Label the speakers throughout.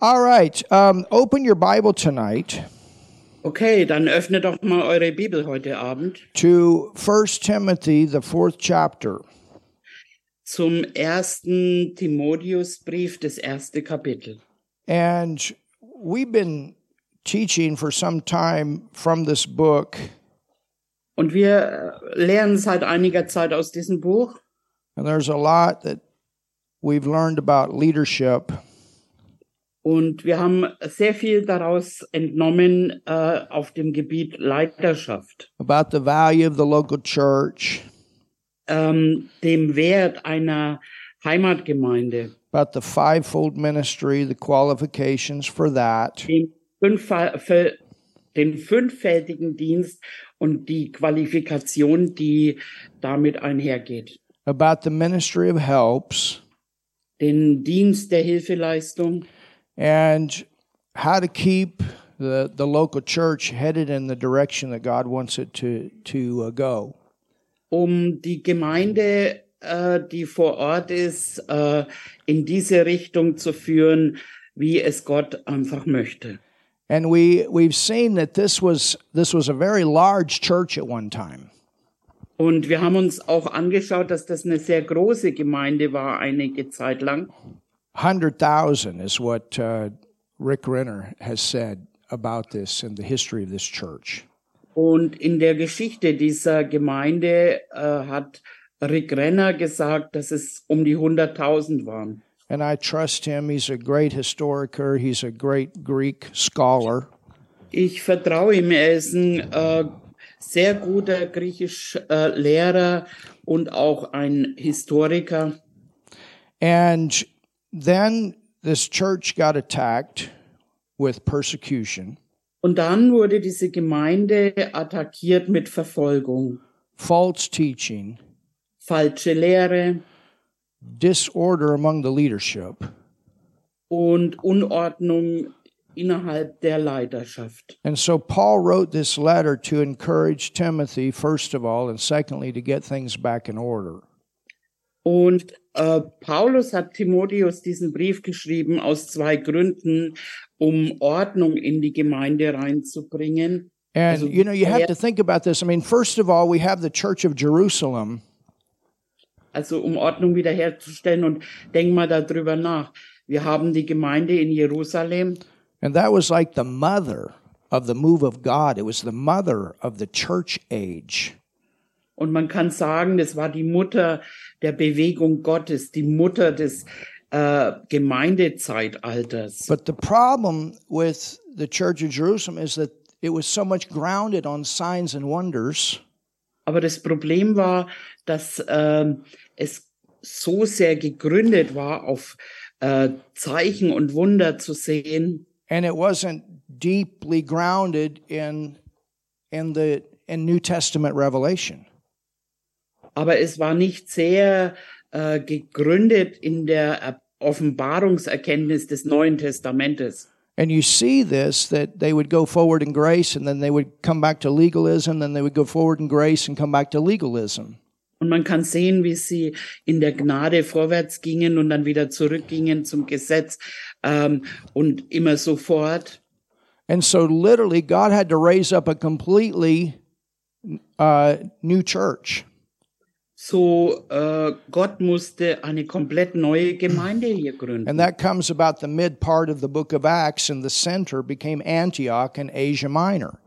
Speaker 1: All right. Um, open your Bible tonight
Speaker 2: Okay, dann öffnet doch mal eure Bibel heute Abend
Speaker 1: to 1 Timothy, the fourth chapter.
Speaker 2: zum ersten Timotheusbrief, das erste Kapitel.
Speaker 1: And we've been teaching for some time from this book
Speaker 2: Und wir äh, lernen seit einiger Zeit aus diesem Buch
Speaker 1: And there's a lot that we've learned about leadership.
Speaker 2: und wir haben sehr viel daraus entnommen äh, auf dem Gebiet Leiterschaft,
Speaker 1: About the value of the local church,
Speaker 2: ähm, dem Wert einer Heimatgemeinde,
Speaker 1: about the fivefold ministry, the qualifications for that,
Speaker 2: dem fünffa- fe- den fünffältigen Dienst und die Qualifikation, die damit einhergeht.
Speaker 1: about the ministry of helps,
Speaker 2: den Dienst der Hilfeleistung
Speaker 1: and how to keep the, the local church headed in the direction that God wants it to, to uh, go.
Speaker 2: um die Gemeinde, äh, die vor Ort ist, äh, in diese Richtung zu führen, wie es Gott einfach möchte.
Speaker 1: And we, we've seen that this was, this was a very large church at one time.
Speaker 2: Und wir haben uns auch angeschaut, dass das eine sehr große Gemeinde war, einige Zeit lang.
Speaker 1: 100,000 is what uh, Rick Renner has said about this and the history of this church.
Speaker 2: Und in der Geschichte dieser Gemeinde äh, hat Rick Renner gesagt, dass es um die 100.000 waren.
Speaker 1: And I trust him. He's a great historiker, he's a great Greek scholar.
Speaker 2: Ich vertraue ihm. Er ist ein äh, sehr guter Griechisch-Lehrer äh, Lehrer und auch ein Historiker.
Speaker 1: And then this church got attacked with persecution.
Speaker 2: Und dann wurde diese Gemeinde attackiert mit Verfolgung,
Speaker 1: False teaching,
Speaker 2: falsche Lehre
Speaker 1: disorder among the leadership,
Speaker 2: und Unordnung innerhalb der Leiterschaft.
Speaker 1: And so Paul wrote this letter to encourage Timothy, first of all, and secondly, to get things back in order.
Speaker 2: Und äh, Paulus hat Timotheus diesen Brief geschrieben aus zwei Gründen, um Ordnung in die Gemeinde reinzubringen.
Speaker 1: And you know, you have
Speaker 2: yeah.
Speaker 1: to think about this. I mean, first of all, we have the Church of Jerusalem,
Speaker 2: also um Ordnung wiederherzustellen. Und denk mal darüber nach. Wir haben die Gemeinde in Jerusalem
Speaker 1: and that was like the mother of the move of God. It was the mother of the church age.
Speaker 2: und man kann sagen, das war die Mutter der Bewegung Gottes, die Mutter des äh, Gemeindezeitalters.
Speaker 1: But the problem with the Church of Jerusalem is that it was so much grounded on signs and wonders
Speaker 2: Aber das Problem war, dass ähm, es so sehr gegründet war, auf äh, Zeichen und Wunder zu sehen
Speaker 1: and it wasn't deeply grounded in in the in New Testament revelation.
Speaker 2: aber es war nicht sehr äh, gegründet in der Offenbarungserkenntnis des Neuen Testamentes.
Speaker 1: And you see this that they would go forward in grace and then they would come back to legalism, then they would go forward in grace and come back to legalism.
Speaker 2: Und man kann sehen, wie sie in der Gnade vorwärts gingen und dann wieder zurückgingen zum Gesetz ähm, und immer so fort.
Speaker 1: And so, literally, God had to raise up a completely uh, new church.
Speaker 2: So, äh, Gott musste eine komplett neue Gemeinde hier gründen.
Speaker 1: And that comes about the mid part of the book of Acts, and the center became Antioch in Asia Minor.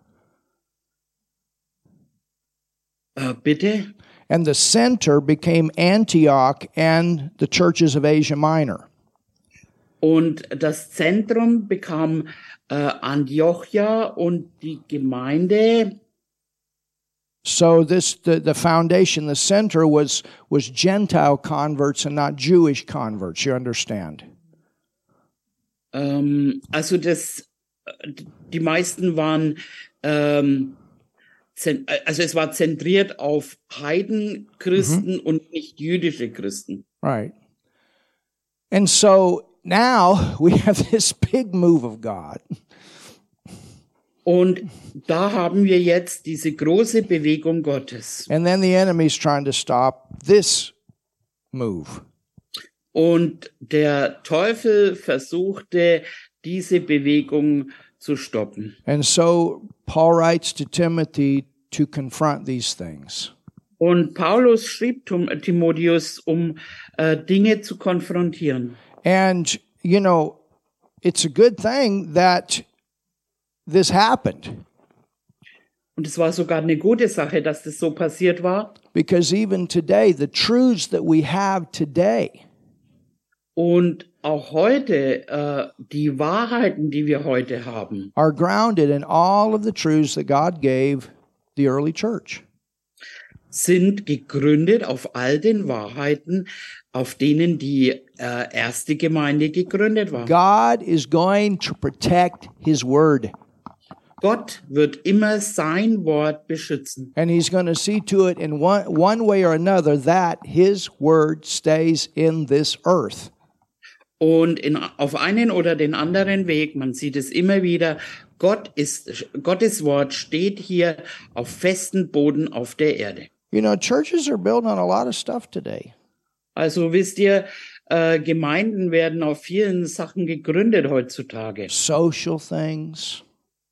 Speaker 2: Äh, bitte?
Speaker 1: And the center became Antioch and the churches of Asia Minor.
Speaker 2: Und das Zentrum bekam äh, Antiochia und die Gemeinde
Speaker 1: So this the, the foundation, the center was was Gentile converts and not Jewish converts, you understand?
Speaker 2: Ähm, also das, die meisten waren, ähm, zen- also es war zentriert auf Heidenchristen und nicht jüdische Christen.
Speaker 1: Right. And so now we have this big move of God.
Speaker 2: Und da haben wir jetzt diese große Bewegung Gottes.
Speaker 1: And then the enemy's trying to stop this move.
Speaker 2: Und der Teufel versuchte diese Bewegung zu stoppen.
Speaker 1: And so Paul writes to Timothy to confront these things.
Speaker 2: Und Paulus schrieb Tim- Timotheus, um äh, Dinge zu konfrontieren.
Speaker 1: And, you know, it's a good thing that this happened
Speaker 2: Und es war sogar eine gute Sache, dass das so passiert war.
Speaker 1: because even today, the truths that we have today
Speaker 2: Und auch heute, äh, die Wahrheiten, die wir heute haben,
Speaker 1: are grounded in all of the truths that God gave the early church.
Speaker 2: sind gegründet auf all den Wahrheiten, auf denen die äh, erste Gemeinde gegründet war.
Speaker 1: God is going to protect his word,
Speaker 2: Gott wird immer sein Wort beschützen.
Speaker 1: and he's going to see to it in one, one way or another that his word stays in this earth.
Speaker 2: Und in, auf einen oder den anderen Weg, man sieht es immer wieder, Gott ist, Gottes Wort steht hier auf festem Boden auf der Erde.
Speaker 1: You know, churches are built on a lot of stuff today.
Speaker 2: Also wisst ihr, äh, Gemeinden werden auf vielen Sachen gegründet heutzutage.
Speaker 1: Social things,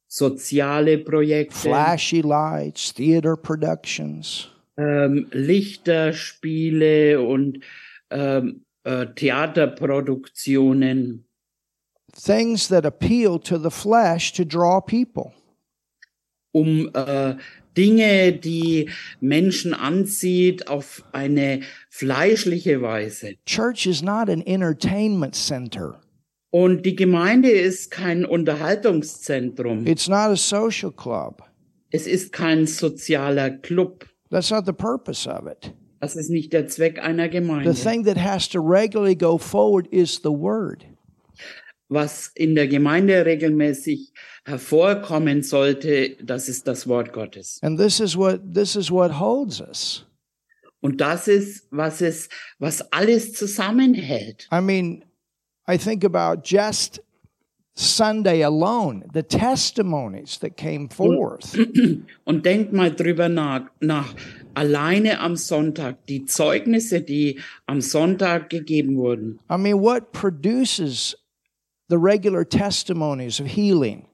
Speaker 2: Soziale Projekte,
Speaker 1: flashy lights, theater productions.
Speaker 2: ähm, Lichterspiele und ähm, äh, Theaterproduktionen.
Speaker 1: things that appeal to the flesh to draw people.
Speaker 2: um äh, Dinge, die Menschen anzieht, auf eine fleischliche Weise.
Speaker 1: Church is not an entertainment center.
Speaker 2: Und die Gemeinde ist kein Unterhaltungszentrum.
Speaker 1: It's not a social club.
Speaker 2: Es ist kein sozialer Club.
Speaker 1: That's not the purpose of it.
Speaker 2: Das ist nicht der Zweck einer
Speaker 1: The
Speaker 2: Gemeinde.
Speaker 1: thing that has to regularly go forward is the word.
Speaker 2: Was in der Gemeinde regelmäßig hervorkommen sollte, das ist das Wort Gottes.
Speaker 1: And this is what this is what holds us.
Speaker 2: Und das ist, was es, was alles zusammenhält.
Speaker 1: I mean, I think about just Sunday alone, the testimonies that came forth.
Speaker 2: Und denkt mal drüber nach, nach alleine am Sonntag, die Zeugnisse, die am Sonntag gegeben wurden.
Speaker 1: I mean, what produces the regular testimonies of healing,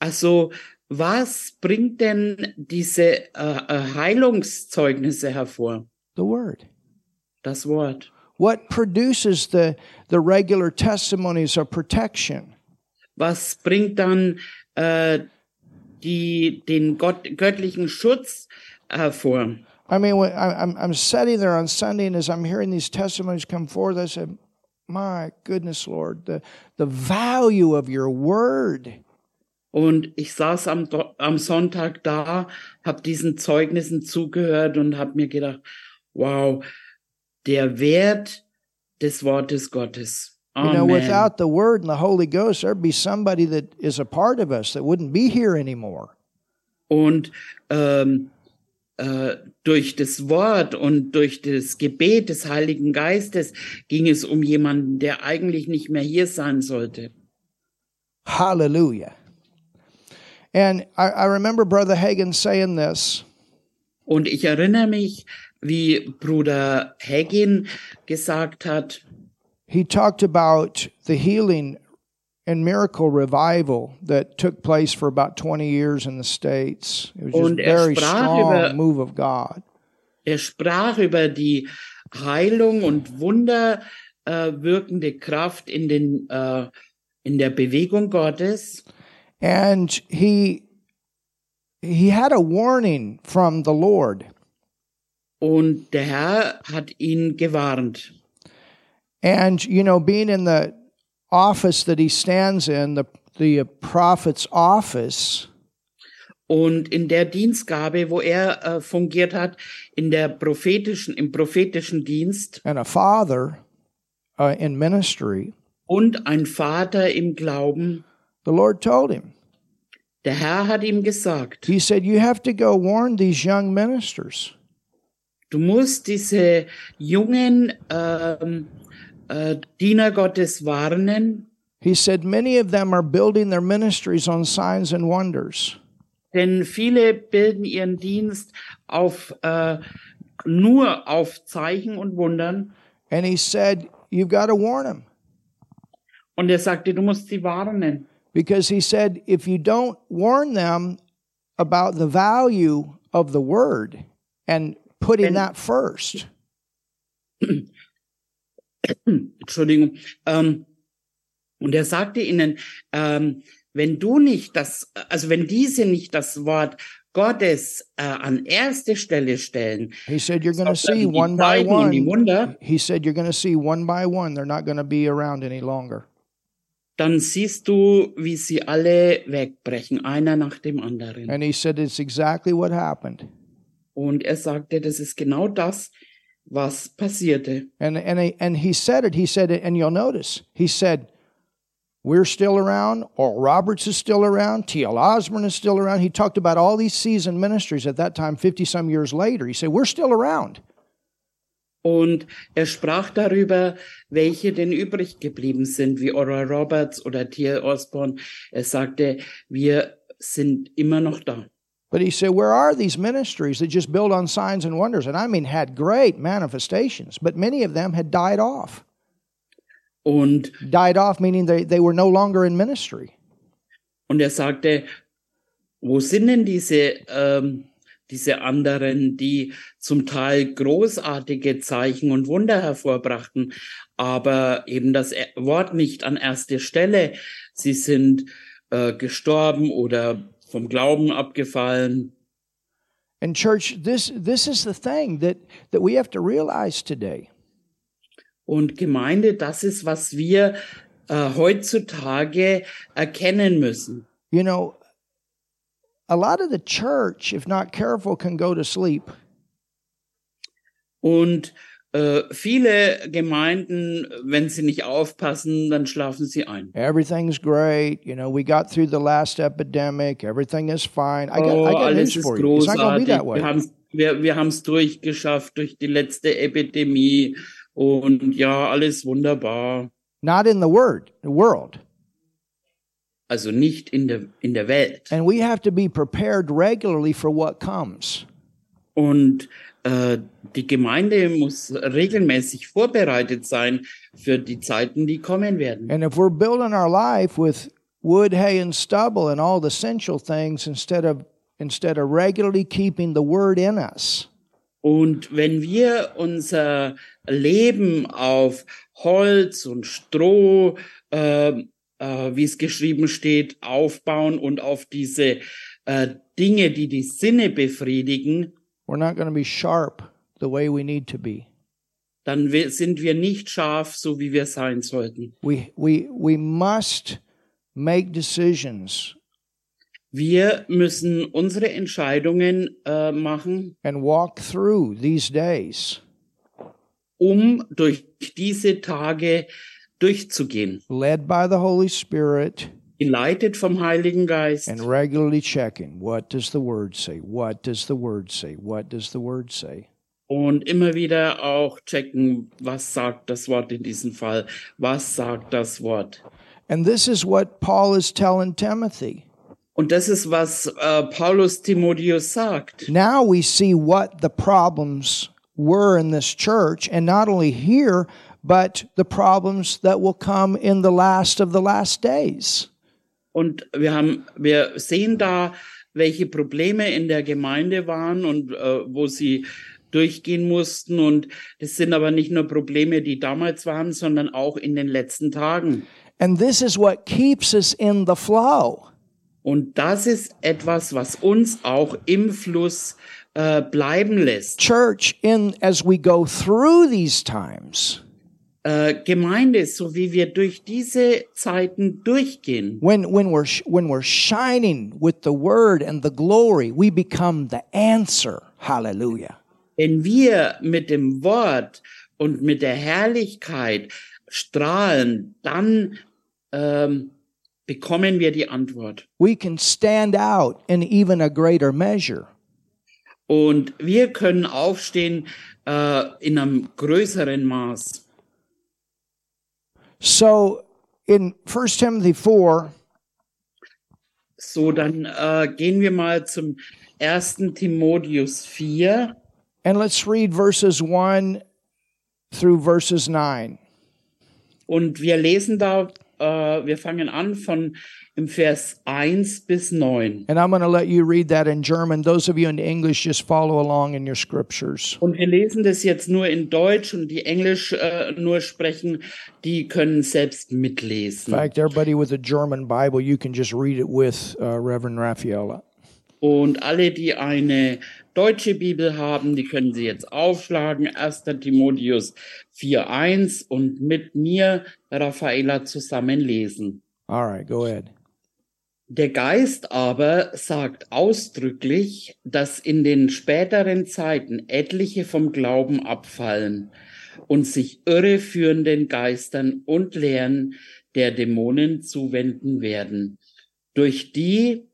Speaker 2: Also was bringt denn diese äh, äh, Heilungszeugnisse hervor?
Speaker 1: the word?
Speaker 2: Das Wort.
Speaker 1: What produces the, the regular testimonies of protection?
Speaker 2: Was bringt dann äh, die, den Gott, göttlichen Schutz hervor?
Speaker 1: I mean, when I, I'm, I'm sitting there on Sunday and as I'm hearing these testimonies come forth, I said, My goodness, Lord, the, the value of your word.
Speaker 2: Und ich saß am, Do- am Sonntag da, habe diesen Zeugnissen zugehört und habe mir gedacht, wow, der Wert des Wortes Gottes.
Speaker 1: You know,
Speaker 2: Amen.
Speaker 1: without the word and the Holy Ghost, there'd be somebody that is a part of us that wouldn't be here anymore.
Speaker 2: und ähm, äh, durch das Wort und durch das Gebet des Heiligen Geistes ging es um jemanden, der eigentlich nicht mehr hier sein sollte.
Speaker 1: Hallelujah. And I, I remember Brother Hagin saying this.
Speaker 2: Und ich erinnere mich, wie Bruder Hagin gesagt hat,
Speaker 1: he talked about the healing and miracle revival that took place for about 20 years in the states. It was just
Speaker 2: Und er
Speaker 1: very
Speaker 2: sprach
Speaker 1: strong
Speaker 2: über-
Speaker 1: move of God.
Speaker 2: Er sprach über die Heilung und Wunder äh, wirkende Kraft in den äh, in der Bewegung Gottes
Speaker 1: And he he had a warning from the Lord.
Speaker 2: und der Herr hat ihn gewarnt.
Speaker 1: And you know, being in the office that he stands in, the the prophet's office,
Speaker 2: Und in der Dienstgabe, wo er äh, fungiert hat, in der prophetischen, im prophetischen Dienst
Speaker 1: and a father uh, in ministry,
Speaker 2: und ein Vater im Glauben,
Speaker 1: the Lord told him.
Speaker 2: der Herr hat ihm gesagt,
Speaker 1: He said, "You have to go warn these young ministers."
Speaker 2: du musst diese jungen ähm, äh, Diener Gottes warnen,
Speaker 1: He said, Many of them are building their ministries on signs and wonders.
Speaker 2: Denn viele bilden ihren Dienst auf äh, nur auf Zeichen und Wundern.
Speaker 1: And he said, You've got to warn them.
Speaker 2: Und er sagte, du musst sie warnen.
Speaker 1: because he said, if you don't warn them about the value of the word and putting
Speaker 2: And-
Speaker 1: that first,
Speaker 2: Entschuldigung. Ähm, und er sagte ihnen, ähm, wenn du nicht das, also wenn diese nicht das Wort Gottes äh, an erste Stelle stellen,
Speaker 1: he said, you're going to
Speaker 2: sondern
Speaker 1: see one
Speaker 2: die
Speaker 1: by
Speaker 2: Zeichen und die
Speaker 1: one.
Speaker 2: Wunder,
Speaker 1: He said, you're going to see one by one. They're not going to be around any longer.
Speaker 2: dann siehst du, wie sie alle wegbrechen, einer nach dem anderen.
Speaker 1: And he said, it's exactly what happened.
Speaker 2: Und er sagte, das ist genau das, was passierte.
Speaker 1: And, and, he- and he said it. He said it, and you'll notice. He said, We're still around. Oral Roberts is still around. T.L. Osborne is still around. He talked about all these seasoned ministries at that time, 50 some years later. He said, We're still around.
Speaker 2: Und er sprach darüber, welche denn übrig geblieben sind, wie Oral Roberts oder T.L. Osborne. Er sagte, wir sind immer noch da.
Speaker 1: But he said, Where are these ministries that just build on signs and wonders? And I mean, had great manifestations, but many of them had died off.
Speaker 2: Und,
Speaker 1: Died off, meaning they, they were no longer in ministry.
Speaker 2: und er sagte, wo sind denn diese, ähm, diese anderen, die zum Teil großartige Zeichen und Wunder hervorbrachten, aber eben das E- Wort nicht an erste Stelle. Sie sind äh, gestorben oder vom Glauben abgefallen.
Speaker 1: And, church, this, this is the thing that, that we have to realize today.
Speaker 2: Und Gemeinde, das ist, was wir äh, heutzutage erkennen müssen.
Speaker 1: You know, a lot of the church, if not careful, can go to sleep.
Speaker 2: Und äh, viele Gemeinden, wenn sie nicht aufpassen, dann schlafen sie ein.
Speaker 1: Everything's great. You know, we got through the last epidemic. Everything is fine. I got,
Speaker 2: oh, uh,
Speaker 1: I got
Speaker 2: alles
Speaker 1: news
Speaker 2: ist
Speaker 1: for you. It's not going to
Speaker 2: großartig.
Speaker 1: be that way.
Speaker 2: Wir haben wir, wir haben's durchgeschafft durch die letzte Epidemie. Und ja, alles wunderbar.
Speaker 1: Not in the word, the world.
Speaker 2: Also nicht in der, in der Welt.
Speaker 1: And we have to be prepared regularly for what comes.
Speaker 2: Und äh, die Gemeinde muss regelmäßig vorbereitet sein für die Zeiten, die kommen werden.
Speaker 1: And if we're building our life with wood, hay, and stubble and all the essential things instead of instead of regularly keeping the word in us,
Speaker 2: Und wenn wir unser Leben auf Holz und Stroh, äh, äh, wie es geschrieben steht, aufbauen und auf diese äh, Dinge, die die Sinne befriedigen,
Speaker 1: we're not going to be sharp the way we need to be.
Speaker 2: dann wir, sind wir nicht scharf, so wie wir sein sollten.
Speaker 1: We, we, we must make decisions
Speaker 2: Wir müssen unsere Entscheidungen äh, machen,
Speaker 1: and walk through these days,
Speaker 2: um durch diese Tage durchzugehen.
Speaker 1: led by the Holy Spirit,
Speaker 2: Geleitet vom Heiligen Geist.
Speaker 1: and regularly checking what does the Word say? What does the Word say? What does the Word say?
Speaker 2: Und immer wieder auch checken, was sagt das Wort in diesem Fall? Was sagt das Wort?
Speaker 1: And this is what Paul is telling Timothy.
Speaker 2: Und das ist, was äh, Paulus Timotheus sagt.
Speaker 1: Now we see what the problems were in this church, and not only here, but the problems that will come in the last of the last days.
Speaker 2: Und wir haben, wir sehen da, welche Probleme in der Gemeinde waren und äh, wo sie durchgehen mussten. Und es sind aber nicht nur Probleme, die damals waren, sondern auch in den letzten Tagen.
Speaker 1: And this is what keeps us in the flow.
Speaker 2: Und das ist etwas, was uns auch im Fluss äh, bleiben lässt.
Speaker 1: church in as we go through these times
Speaker 2: äh, Gemeinde, so wie wir durch diese Zeiten durchgehen.
Speaker 1: when when we're sh- when we're shining with the word and the glory we become the answer hallelujah
Speaker 2: Wenn wir mit dem Wort und mit der Herrlichkeit strahlen, dann ähm, bekommen wir die Antwort.
Speaker 1: we can stand out in even a greater measure
Speaker 2: Und wir können aufstehen äh, in einem größeren Maß.
Speaker 1: so in 1 timothy 4
Speaker 2: So, dann äh, gehen wir mal zum 1. Timotheus 4
Speaker 1: and let's read verses 1 through verses 9
Speaker 2: und wir lesen da äh, wir fangen an von im Vers 1 bis 9.
Speaker 1: And I'm going to let you read that in German. Those of you in English, just follow along in your scriptures.
Speaker 2: Und wir lesen das jetzt nur in Deutsch und die Englisch äh, nur sprechen, die können selbst mitlesen.
Speaker 1: In fact, everybody with a German Bible, you can just read it with uh, Reverend Raffaella.
Speaker 2: Und alle, die eine deutsche Bibel haben, die können sie jetzt aufschlagen. 1. Timotheus 4.1 und mit mir, Raffaela, zusammen lesen.
Speaker 1: All right, go ahead.
Speaker 2: Der Geist aber sagt ausdrücklich, dass in den späteren Zeiten etliche vom Glauben abfallen und sich irreführenden Geistern und Lehren der Dämonen zuwenden werden, durch die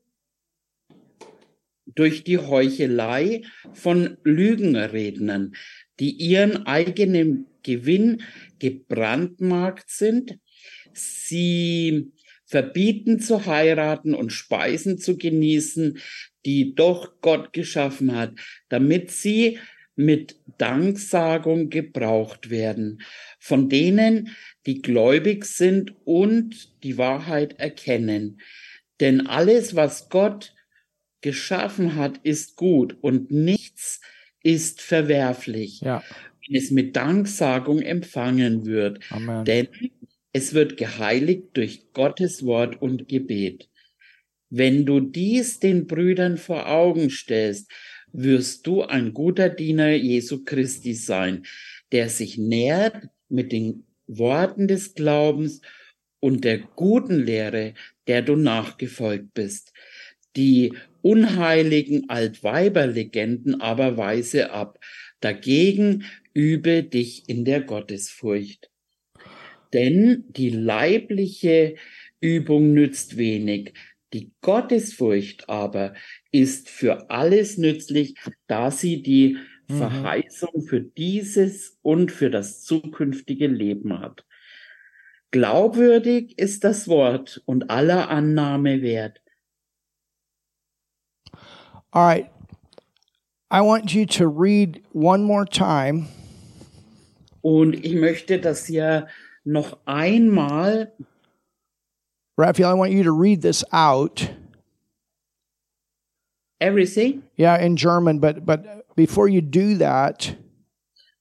Speaker 2: durch die Heuchelei von Lügenrednern, die ihren eigenen Gewinn gebrandmarkt sind. Sie verbieten zu heiraten und Speisen zu genießen, die doch Gott geschaffen hat, damit sie mit Danksagung gebraucht werden von denen, die gläubig sind und die Wahrheit erkennen. Denn alles, was Gott geschaffen hat, ist gut und nichts ist verwerflich,
Speaker 1: Yeah,
Speaker 2: wenn es mit Danksagung empfangen wird.
Speaker 1: amen.
Speaker 2: Denn es wird geheiligt durch Gottes Wort und Gebet. Wenn du dies den Brüdern vor Augen stellst, wirst du ein guter Diener Jesu Christi sein, der sich nährt mit den Worten des Glaubens und der guten Lehre, der du nachgefolgt bist. Die unheiligen Altweiberlegenden aber weise ab. Dagegen übe dich in der Gottesfurcht denn die leibliche Übung nützt wenig. Die Gottesfurcht aber ist für alles nützlich, da sie die
Speaker 1: Mhm.
Speaker 2: Verheißung für dieses und für das zukünftige Leben hat. Glaubwürdig ist das Wort und aller Annahme wert.
Speaker 1: All right. I want you to read one more time
Speaker 2: Und ich möchte das ja noch einmal
Speaker 1: Raphael, I want you to read this out.
Speaker 2: everything
Speaker 1: Yeah, in German, but but before you do that,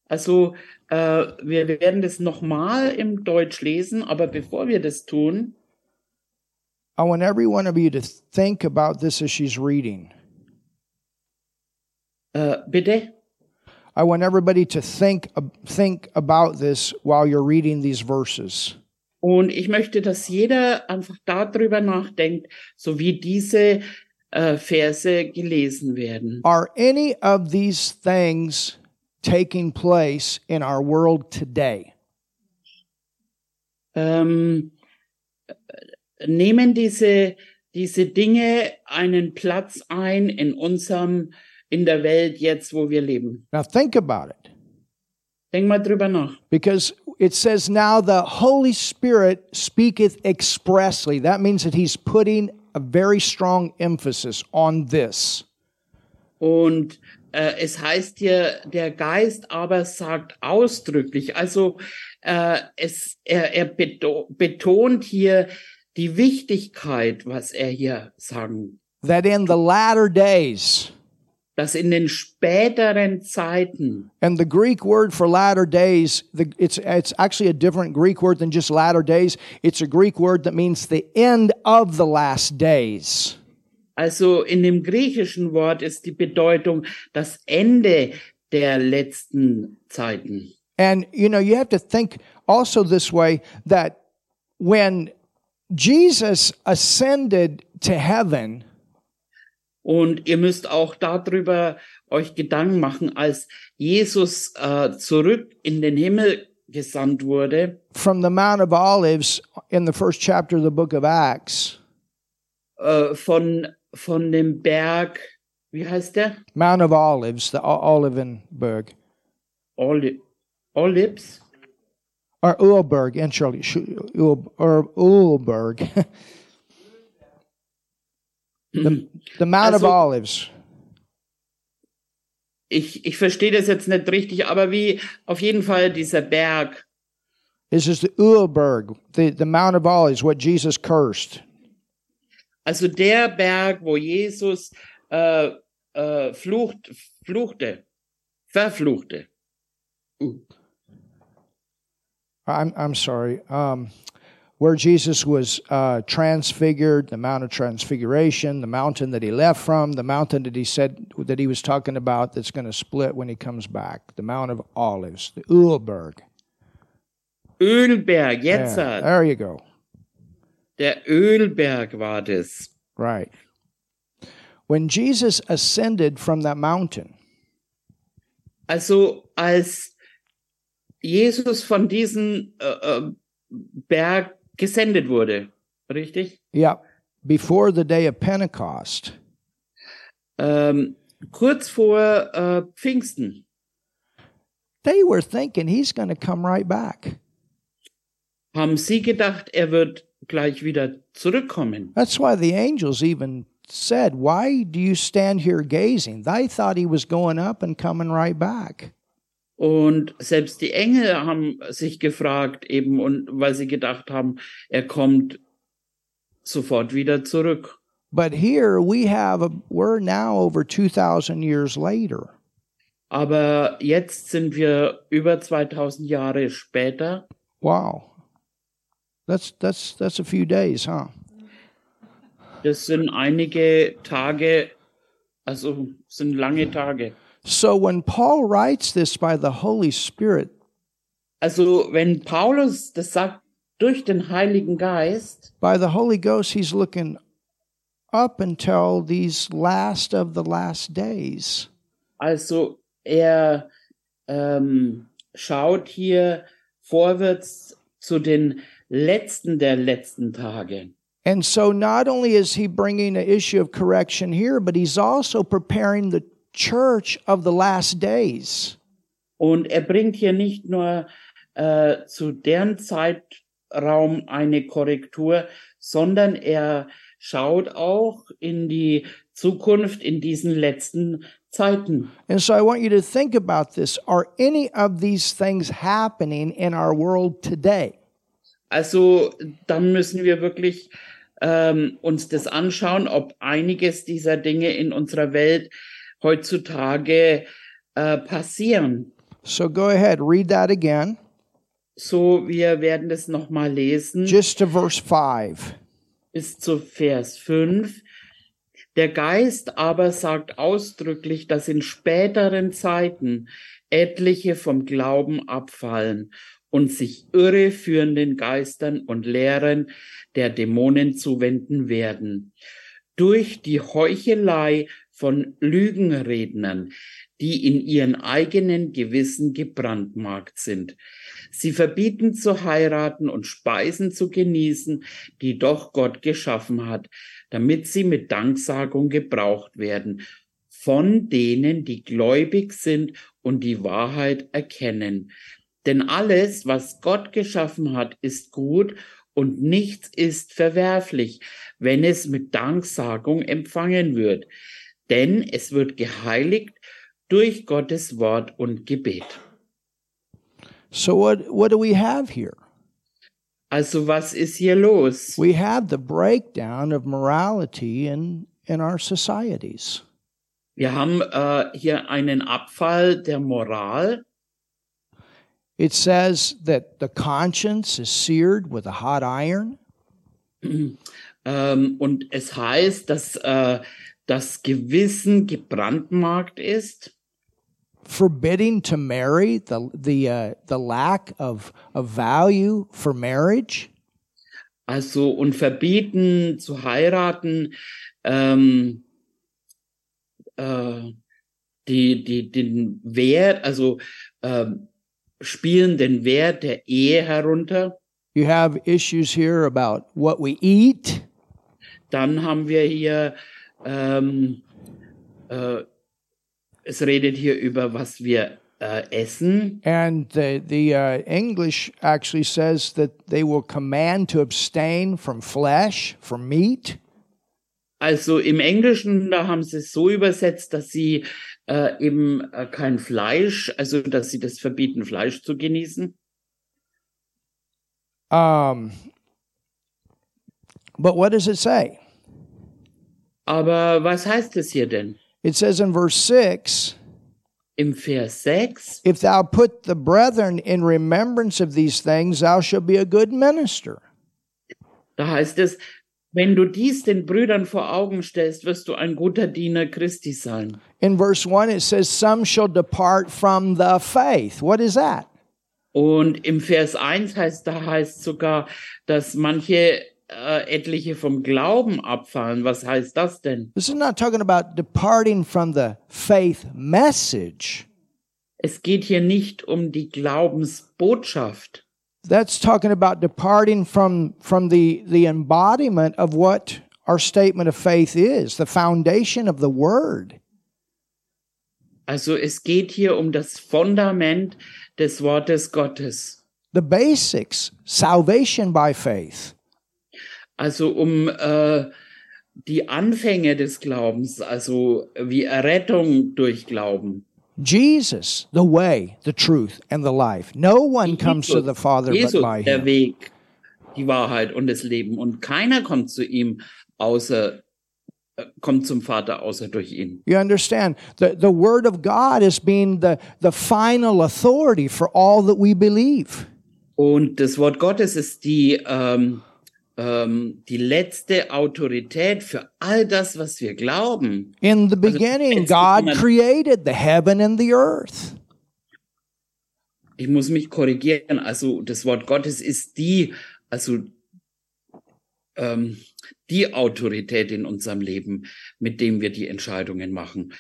Speaker 2: Also äh, wir werden das nochmal im Deutsch lesen, aber bevor wir das tun,
Speaker 1: I want every one of you to think about this as she's reading.
Speaker 2: äh, bitte,
Speaker 1: I want everybody to think uh, think about this while you're reading these verses.
Speaker 2: und ich möchte, dass jeder einfach darüber nachdenkt, so wie diese äh, Verse gelesen werden.
Speaker 1: Are any of these things taking place in our world today?
Speaker 2: Ähm, äh, nehmen diese, diese Dinge einen Platz ein in unserem, in der Welt jetzt, wo wir leben?
Speaker 1: Now think about it.
Speaker 2: Denk mal drüber nach.
Speaker 1: Because it says now the Holy Spirit speaketh expressly. That means that he's putting a very strong emphasis on this.
Speaker 2: Und äh, es heißt hier, der Geist aber sagt ausdrücklich, also äh, es, er, er beto betont hier die Wichtigkeit, was er hier sagen,
Speaker 1: That in the latter days,
Speaker 2: dass in den späteren Zeiten,
Speaker 1: and the Greek word for latter days, the, it's, it's actually a different Greek word than just latter days. It's a Greek word that means the end of the last days.
Speaker 2: also in dem griechischen Wort ist die Bedeutung das Ende der letzten Zeiten.
Speaker 1: And, you know, you have to think also this way that when Jesus ascended to heaven,
Speaker 2: Und ihr müsst auch darüber euch Gedanken machen, als Jesus äh, zurück in den Himmel gesandt wurde,
Speaker 1: from the Mount of Olives in the first chapter of the book of Acts,
Speaker 2: äh, von, von dem Berg, wie heißt der?
Speaker 1: Mount of Olives, the O- Olivenberg,
Speaker 2: Oli Olips?
Speaker 1: or Ulberg, in Shirley, Sh- Ul- or Ulberg, the Mount of
Speaker 2: Also-
Speaker 1: Olives.
Speaker 2: Ich, ich verstehe das jetzt nicht richtig, aber wie auf jeden Fall dieser Berg.
Speaker 1: This is the Ölberg, the, the Mount of Olives, what Jesus cursed.
Speaker 2: Also der Berg, wo Jesus äh, äh, flucht, fluchte, verfluchte.
Speaker 1: I'm, I'm sorry. Um, where Jesus was uh, transfigured, the Mount of Transfiguration, the mountain that he left from, the mountain that he said that he was talking about that's going to split when he comes back, the Mount of Olives, the Ölberg.
Speaker 2: Ölberg, jetzt
Speaker 1: There,
Speaker 2: hat.
Speaker 1: there you go.
Speaker 2: Der Ölberg war das.
Speaker 1: Right. When Jesus ascended from that mountain,
Speaker 2: Also als Jesus von diesem äh, äh, Berg gesendet wurde, richtig?
Speaker 1: yeah, before the day of Pentecost,
Speaker 2: Ähm, kurz vor äh, Pfingsten
Speaker 1: they were thinking he's going to come right back.
Speaker 2: haben sie gedacht, er wird gleich wieder zurückkommen.
Speaker 1: That's why the angels even said, Why do you stand here gazing? They thought he was going up and coming right back.
Speaker 2: Und selbst die Engel haben sich gefragt, eben, und weil sie gedacht haben, er kommt sofort wieder zurück.
Speaker 1: But here we have, a, we're now over 2,000 years later.
Speaker 2: Aber jetzt sind wir über 2000 Jahre später.
Speaker 1: Wow. That's, that's, that's a few days, huh?
Speaker 2: Das sind einige Tage, also sind lange Tage.
Speaker 1: So when Paul writes this by the Holy Spirit,
Speaker 2: Also wenn Paulus das sagt, durch den Heiligen Geist,
Speaker 1: by the Holy Ghost, he's looking up until these last of the last days.
Speaker 2: also er ähm, schaut hier vorwärts zu den letzten der letzten Tage.
Speaker 1: And so not only is he bringing the issue of correction here, but he's also preparing the church of the last days.
Speaker 2: Und er bringt hier nicht nur äh, zu deren Zeitraum eine Korrektur, sondern er schaut auch in die Zukunft in diesen letzten Zeiten.
Speaker 1: And so I want you to think about this. Are any of these things happening in our world today?
Speaker 2: Also dann müssen wir wirklich ähm, uns das anschauen, ob einiges dieser Dinge in unserer Welt heutzutage äh, passieren.
Speaker 1: So go ahead, read that again,
Speaker 2: So, wir werden das nochmal lesen.
Speaker 1: just to verse 5.
Speaker 2: bis zu Vers 5. Der Geist aber sagt ausdrücklich, dass in späteren Zeiten etliche vom Glauben abfallen und sich irreführenden Geistern und Lehrern der Dämonen zuwenden werden. Durch die Heuchelei von Lügenrednern, die in ihren eigenen Gewissen gebrandmarkt sind. Sie verbieten zu heiraten und Speisen zu genießen, die doch Gott geschaffen hat, damit sie mit Danksagung gebraucht werden von denen, die gläubig sind und die Wahrheit erkennen. Denn alles, was Gott geschaffen hat, ist gut und nichts ist verwerflich, wenn es mit Danksagung empfangen wird. Denn es wird geheiligt durch Gottes Wort und Gebet.
Speaker 1: So what, what do we have here?
Speaker 2: Also was ist hier los?
Speaker 1: We have the breakdown of morality in, in our societies.
Speaker 2: Wir haben äh, hier einen Abfall der Moral.
Speaker 1: It says that the conscience is seared with a hot iron.
Speaker 2: Ähm, und es heißt, dass äh, das Gewissen gebrandmarkt ist,
Speaker 1: forbidding to marry, the the uh, the lack of of value for marriage,
Speaker 2: also und verbieten zu heiraten, ähm, äh, die, die, den Wert, also ähm, spielen den Wert der Ehe herunter.
Speaker 1: you have issues here about what we eat,
Speaker 2: Dann haben wir hier, ähm, äh, es redet hier über, was wir äh, essen.
Speaker 1: and the the uh, English actually says that they will command to abstain from flesh, from meat.
Speaker 2: Also im Englischen, da haben sie es so übersetzt, dass sie äh, eben äh, kein Fleisch, also dass sie das verbieten, Fleisch zu genießen.
Speaker 1: Um, but what does it say?
Speaker 2: Aber was heißt es hier denn?
Speaker 1: It says in verse 6
Speaker 2: Im Vers 6,
Speaker 1: If thou put the brethren in remembrance of these things, thou shalt be a good minister.
Speaker 2: da heißt es, wenn du dies den Brüdern vor Augen stellst, wirst du ein guter Diener Christi sein.
Speaker 1: In verse 1, it says, Some shall depart from the faith. What is that?
Speaker 2: Und im Vers 1 heißt, da heißt sogar, dass manche äh, etliche vom Glauben abfallen. Was heißt das denn?
Speaker 1: This is not talking about departing from the faith message.
Speaker 2: Es geht hier nicht um die Glaubensbotschaft.
Speaker 1: That's talking about departing from, from the, the embodiment of what our statement of faith is, the foundation of the word.
Speaker 2: Also es geht hier um das Fundament des Wortes Gottes.
Speaker 1: the basics salvation by faith
Speaker 2: Also um äh, die Anfänge des Glaubens, also wie Errettung durch Glauben.
Speaker 1: jesus the way the truth and the life no one comes to the father but
Speaker 2: Jesus,
Speaker 1: by
Speaker 2: der
Speaker 1: him
Speaker 2: Weg, die Wahrheit und das Leben. Und keiner kommt zu ihm, außer äh, kommt zum Vater außer durch ihn.
Speaker 1: you understand the, the word of god is being the, the final authority for all that we believe
Speaker 2: Und das Wort Gottes ist die ähm, ähm, die letzte Autorität für all das, was wir glauben.
Speaker 1: in the beginning
Speaker 2: it's-
Speaker 1: god
Speaker 2: it's-
Speaker 1: created the heaven and the earth
Speaker 2: Ich muss mich korrigieren. Also das Wort Gottes ist die, also ähm, die Autorität in unserem Leben, mit dem wir die Entscheidungen machen.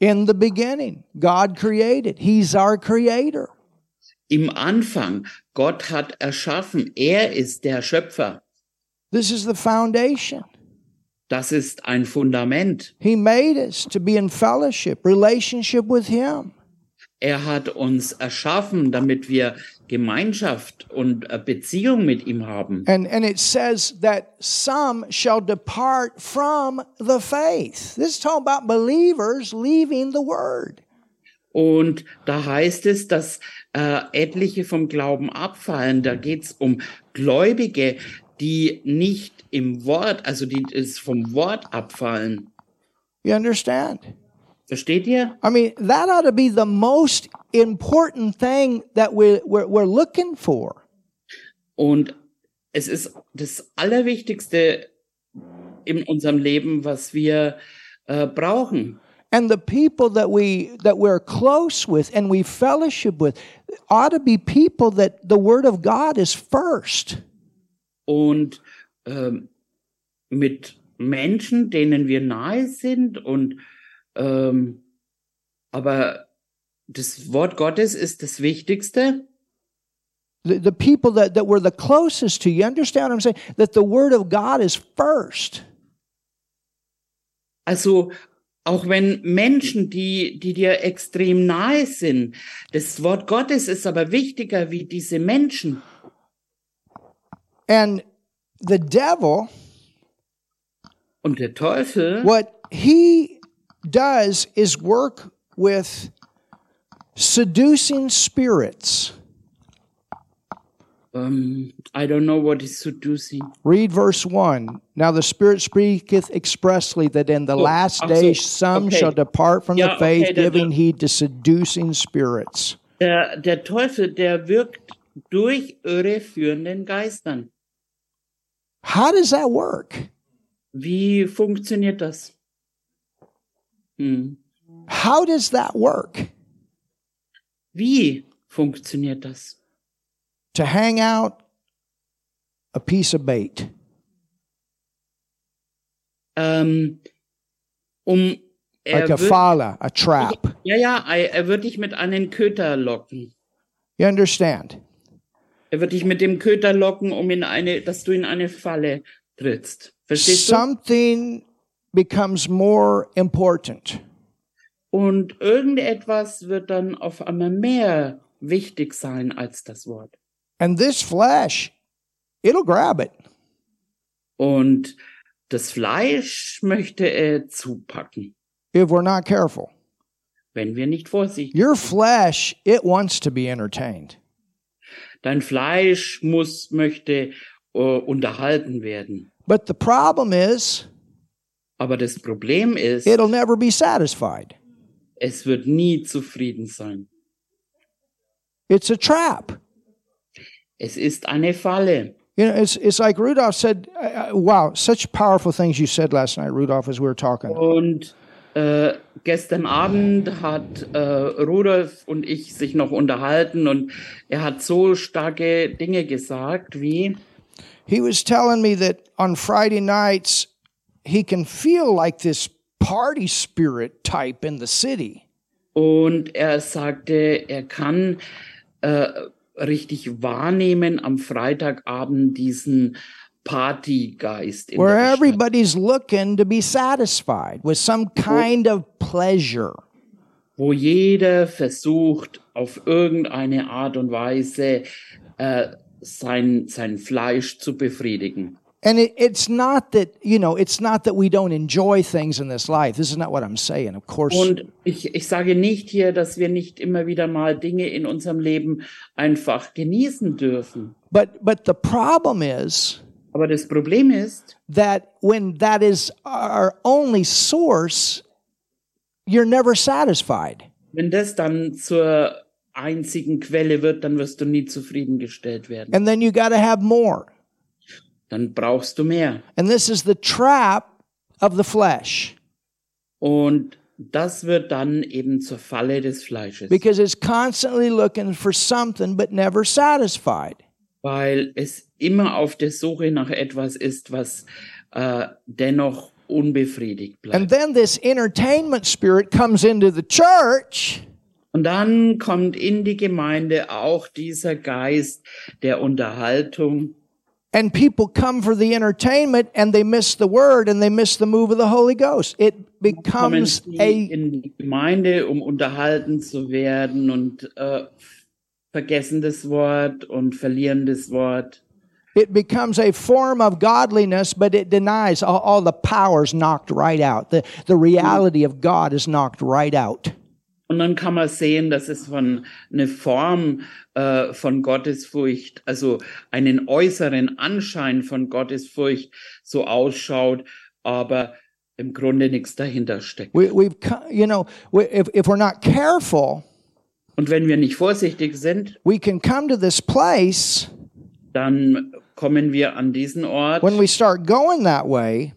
Speaker 1: in the beginning god created he's our creator
Speaker 2: Im Anfang, Gott hat erschaffen. Er ist der Schöpfer.
Speaker 1: this is the foundation
Speaker 2: Das ist ein Fundament.
Speaker 1: he made us to be in fellowship relationship with him
Speaker 2: Er hat uns erschaffen, damit wir Gemeinschaft und äh, Beziehung mit ihm haben.
Speaker 1: And, and it says that some shall depart from the faith. This is talking about believers leaving the word.
Speaker 2: Und da heißt es, dass äh, etliche vom Glauben abfallen. Da geht's um Gläubige, die nicht im Wort, also die es vom Wort abfallen.
Speaker 1: You understand?
Speaker 2: Versteht ihr?
Speaker 1: I mean, that ought to be the most important thing that we, we're, we're looking for.
Speaker 2: Und es ist das Allerwichtigste in unserem Leben, was wir äh, brauchen.
Speaker 1: And the people that we that we're close with and we fellowship with ought to be people that the word of God is first.
Speaker 2: Und ähm, mit Menschen, denen wir nahe sind und ähm, aber das Wort Gottes ist das Wichtigste.
Speaker 1: The, the people that, that we're the closest to, you understand what I'm saying? That the word of God is first.
Speaker 2: Also auch wenn Menschen, die, die dir extrem nahe sind, das Wort Gottes ist aber wichtiger wie diese Menschen.
Speaker 1: And the devil,
Speaker 2: Und der Teufel,
Speaker 1: what he does is work with seducing spirits.
Speaker 2: ähm, I don't know what is seducing.
Speaker 1: Read verse 1. Now the Spirit speaketh expressly that in the last
Speaker 2: I'm
Speaker 1: days
Speaker 2: so-
Speaker 1: some
Speaker 2: okay.
Speaker 1: shall depart from
Speaker 2: Yeah,
Speaker 1: the faith,
Speaker 2: okay, then-
Speaker 1: giving heed to seducing spirits.
Speaker 2: Der, der Teufel, der wirkt durch irreführenden Geistern.
Speaker 1: How does that work?
Speaker 2: Wie funktioniert das? Hm.
Speaker 1: How does that work?
Speaker 2: Wie funktioniert das?
Speaker 1: To hang out a piece of bait.
Speaker 2: Ähm, um er
Speaker 1: Like a
Speaker 2: wird-
Speaker 1: fala, a trap.
Speaker 2: Ja, ja, er, er wird dich mit einem Köter locken.
Speaker 1: You understand?
Speaker 2: Er wird dich mit dem Köter locken, um in eine, dass du in eine Falle trittst. Verstehst du?
Speaker 1: something becomes more important.
Speaker 2: Und irgendetwas wird dann auf einmal mehr wichtig sein als das Wort.
Speaker 1: And this flesh, it'll grab it.
Speaker 2: Und das Fleisch möchte er zupacken,
Speaker 1: If we're not careful,
Speaker 2: wenn wir nicht vorsichtig.
Speaker 1: your flesh, it wants to be entertained.
Speaker 2: Dein Fleisch muss, möchte äh, unterhalten werden.
Speaker 1: But the problem is,
Speaker 2: Aber das Problem ist,
Speaker 1: it'll never be satisfied.
Speaker 2: es wird nie zufrieden sein.
Speaker 1: It's a trap.
Speaker 2: Es ist eine Falle.
Speaker 1: You know, it's, it's like Rudolph said, uh, uh, wow, such powerful things you said last night, Rudolph, as we were talking.
Speaker 2: Und äh, gestern Abend hat äh, Rudolf und ich sich noch unterhalten und er hat so starke Dinge gesagt wie,
Speaker 1: He was telling me that on Friday nights, he can feel like this party spirit type in the city.
Speaker 2: Und er sagte, er kann äh, richtig wahrnehmen am Freitagabend diesen Partygeist. In
Speaker 1: where
Speaker 2: der Stadt.
Speaker 1: everybody's looking to be satisfied with some kind of pleasure.
Speaker 2: wo jeder versucht, auf irgendeine Art und Weise äh, sein, sein Fleisch zu befriedigen.
Speaker 1: And it, it's not that, you know, it's not that we don't enjoy things in this life. This is not what I'm saying, of course.
Speaker 2: Und ich, ich sage nicht hier, dass wir nicht immer wieder mal Dinge in unserem Leben einfach genießen dürfen.
Speaker 1: But, but the problem is
Speaker 2: Aber das Problem ist,
Speaker 1: that when that is our only source, you're never satisfied.
Speaker 2: Wenn das dann zur einzigen Quelle wird, dann wirst du nie zufriedengestellt werden.
Speaker 1: And then you got to have more.
Speaker 2: Dann brauchst du mehr.
Speaker 1: And this is the trap of the flesh
Speaker 2: Und das wird dann eben zur Falle des Fleisches,
Speaker 1: because it's constantly looking for something but never satisfied.
Speaker 2: weil es immer auf der Suche nach etwas ist, was äh, dennoch unbefriedigt
Speaker 1: And
Speaker 2: bleibt.
Speaker 1: then this entertainment spirit comes into the church
Speaker 2: Und dann kommt in die Gemeinde auch dieser Geist der Unterhaltung
Speaker 1: and people come for the entertainment and they miss the word and they miss the move of the Holy Ghost. It
Speaker 2: kommen
Speaker 1: becomes
Speaker 2: sie
Speaker 1: a
Speaker 2: in die Gemeinde, um unterhalten zu werden und äh, vergessen das Wort und verlieren das Wort.
Speaker 1: it becomes a form of godliness, but it denies all, all the powers knocked right out. The the reality of God is knocked right out.
Speaker 2: Und dann kann man sehen, dass es von eine Form äh, von Gottesfurcht, also einen äußeren Anschein von Gottesfurcht so ausschaut, aber im Grunde nichts dahinter steckt.
Speaker 1: We, we've co- you know we, if if we're not careful,
Speaker 2: Und wenn wir nicht vorsichtig sind,
Speaker 1: we can come to this place
Speaker 2: dann kommen wir an diesen Ort
Speaker 1: when we start going that way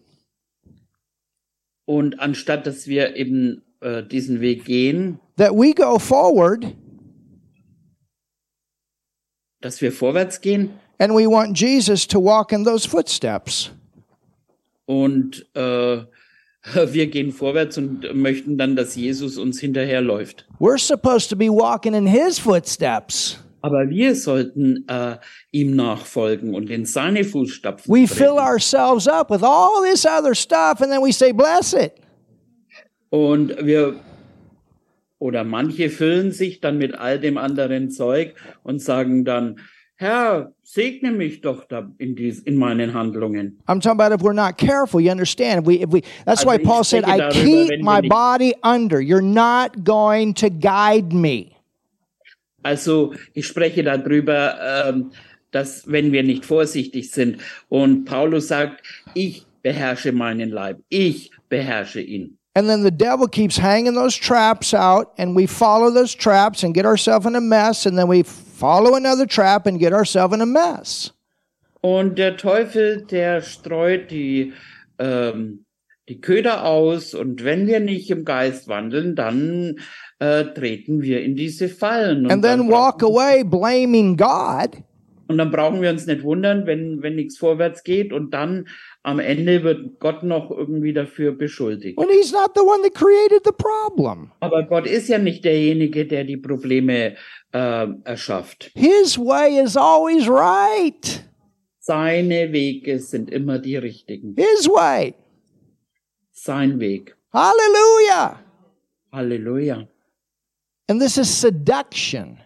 Speaker 2: und anstatt dass wir eben äh, diesen Weg gehen,
Speaker 1: that we go forward
Speaker 2: dass wir vorwärts gehen
Speaker 1: And we want Jesus to walk in those footsteps.
Speaker 2: und äh, wir gehen vorwärts und möchten dann, dass Jesus uns hinterherläuft.
Speaker 1: We're supposed to be walking in his footsteps.
Speaker 2: Aber wir sollten äh, ihm nachfolgen und in seine Fußstapfen
Speaker 1: We
Speaker 2: treten.
Speaker 1: fill ourselves up with all this other stuff and then we say, bless it.
Speaker 2: Und wir oder manche füllen sich dann mit all dem anderen Zeug und sagen dann, Herr, segne mich doch da in, dies, in meinen Handlungen.
Speaker 1: I'm talking about if we're not careful, you understand. If we, if we, that's why
Speaker 2: Also ich
Speaker 1: Paul said,
Speaker 2: spreche
Speaker 1: I
Speaker 2: darüber,
Speaker 1: keep
Speaker 2: wenn wir
Speaker 1: my
Speaker 2: nicht-
Speaker 1: body under. You're not going to guide me.
Speaker 2: Also ich spreche darüber, ähm, dass wenn wir nicht vorsichtig sind und Paulus sagt, ich beherrsche meinen Leib, ich beherrsche ihn.
Speaker 1: And then the devil keeps hanging those traps out and we follow those traps and get ourselves in a mess. And then we follow another trap and get ourselves in a mess.
Speaker 2: Und der Teufel, der streut die, ähm, die Köder aus und wenn wir nicht im Geist wandeln, dann äh, treten wir in diese Fallen. Und
Speaker 1: And then
Speaker 2: dann,
Speaker 1: walk
Speaker 2: brauchen,
Speaker 1: away blaming God.
Speaker 2: und dann brauchen wir uns nicht wundern, wenn, wenn nichts vorwärts geht und dann am Ende wird Gott noch irgendwie dafür beschuldigt.
Speaker 1: when he's not the one that created the problem.
Speaker 2: Aber Gott ist ja nicht derjenige, der die Probleme äh, erschafft.
Speaker 1: His way is always right.
Speaker 2: Seine Wege sind immer die richtigen.
Speaker 1: His way.
Speaker 2: Sein Weg.
Speaker 1: Hallelujah.
Speaker 2: Halleluja.
Speaker 1: And this is seduction.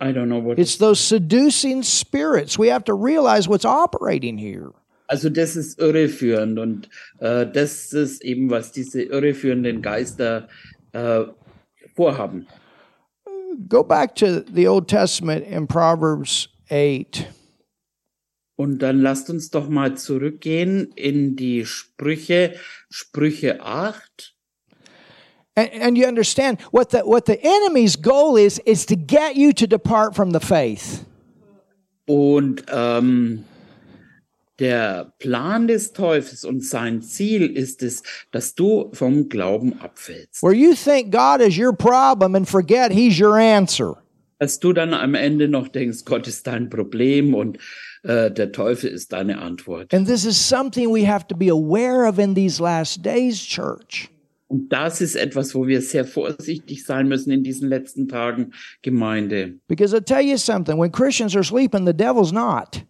Speaker 2: I don't know what.
Speaker 1: It's those seducing spirits. We have to realize what's operating here.
Speaker 2: Also das ist irreführend und äh, das ist eben, was diese irreführenden Geister äh, vorhaben.
Speaker 1: Go back to the Old Testament in Proverbs 8.
Speaker 2: Und dann lasst uns doch mal zurückgehen in die Sprüche, Sprüche 8.
Speaker 1: And, and you understand what the, what the enemy's goal is, is to get you to depart from the faith.
Speaker 2: Und ähm, der Plan des Teufels und sein Ziel ist es, dass du vom Glauben abfällst.
Speaker 1: Where you think God is your problem and forget he's your answer.
Speaker 2: Dass du dann am Ende noch denkst, Gott ist dein Problem und äh, der Teufel ist deine Antwort.
Speaker 1: And this is something we have to be aware of in these last days, church.
Speaker 2: Und das ist etwas, wo wir sehr vorsichtig sein müssen in diesen letzten Tagen Gemeinde.
Speaker 1: Because I tell you something, when Christians are sleeping, the devil's not.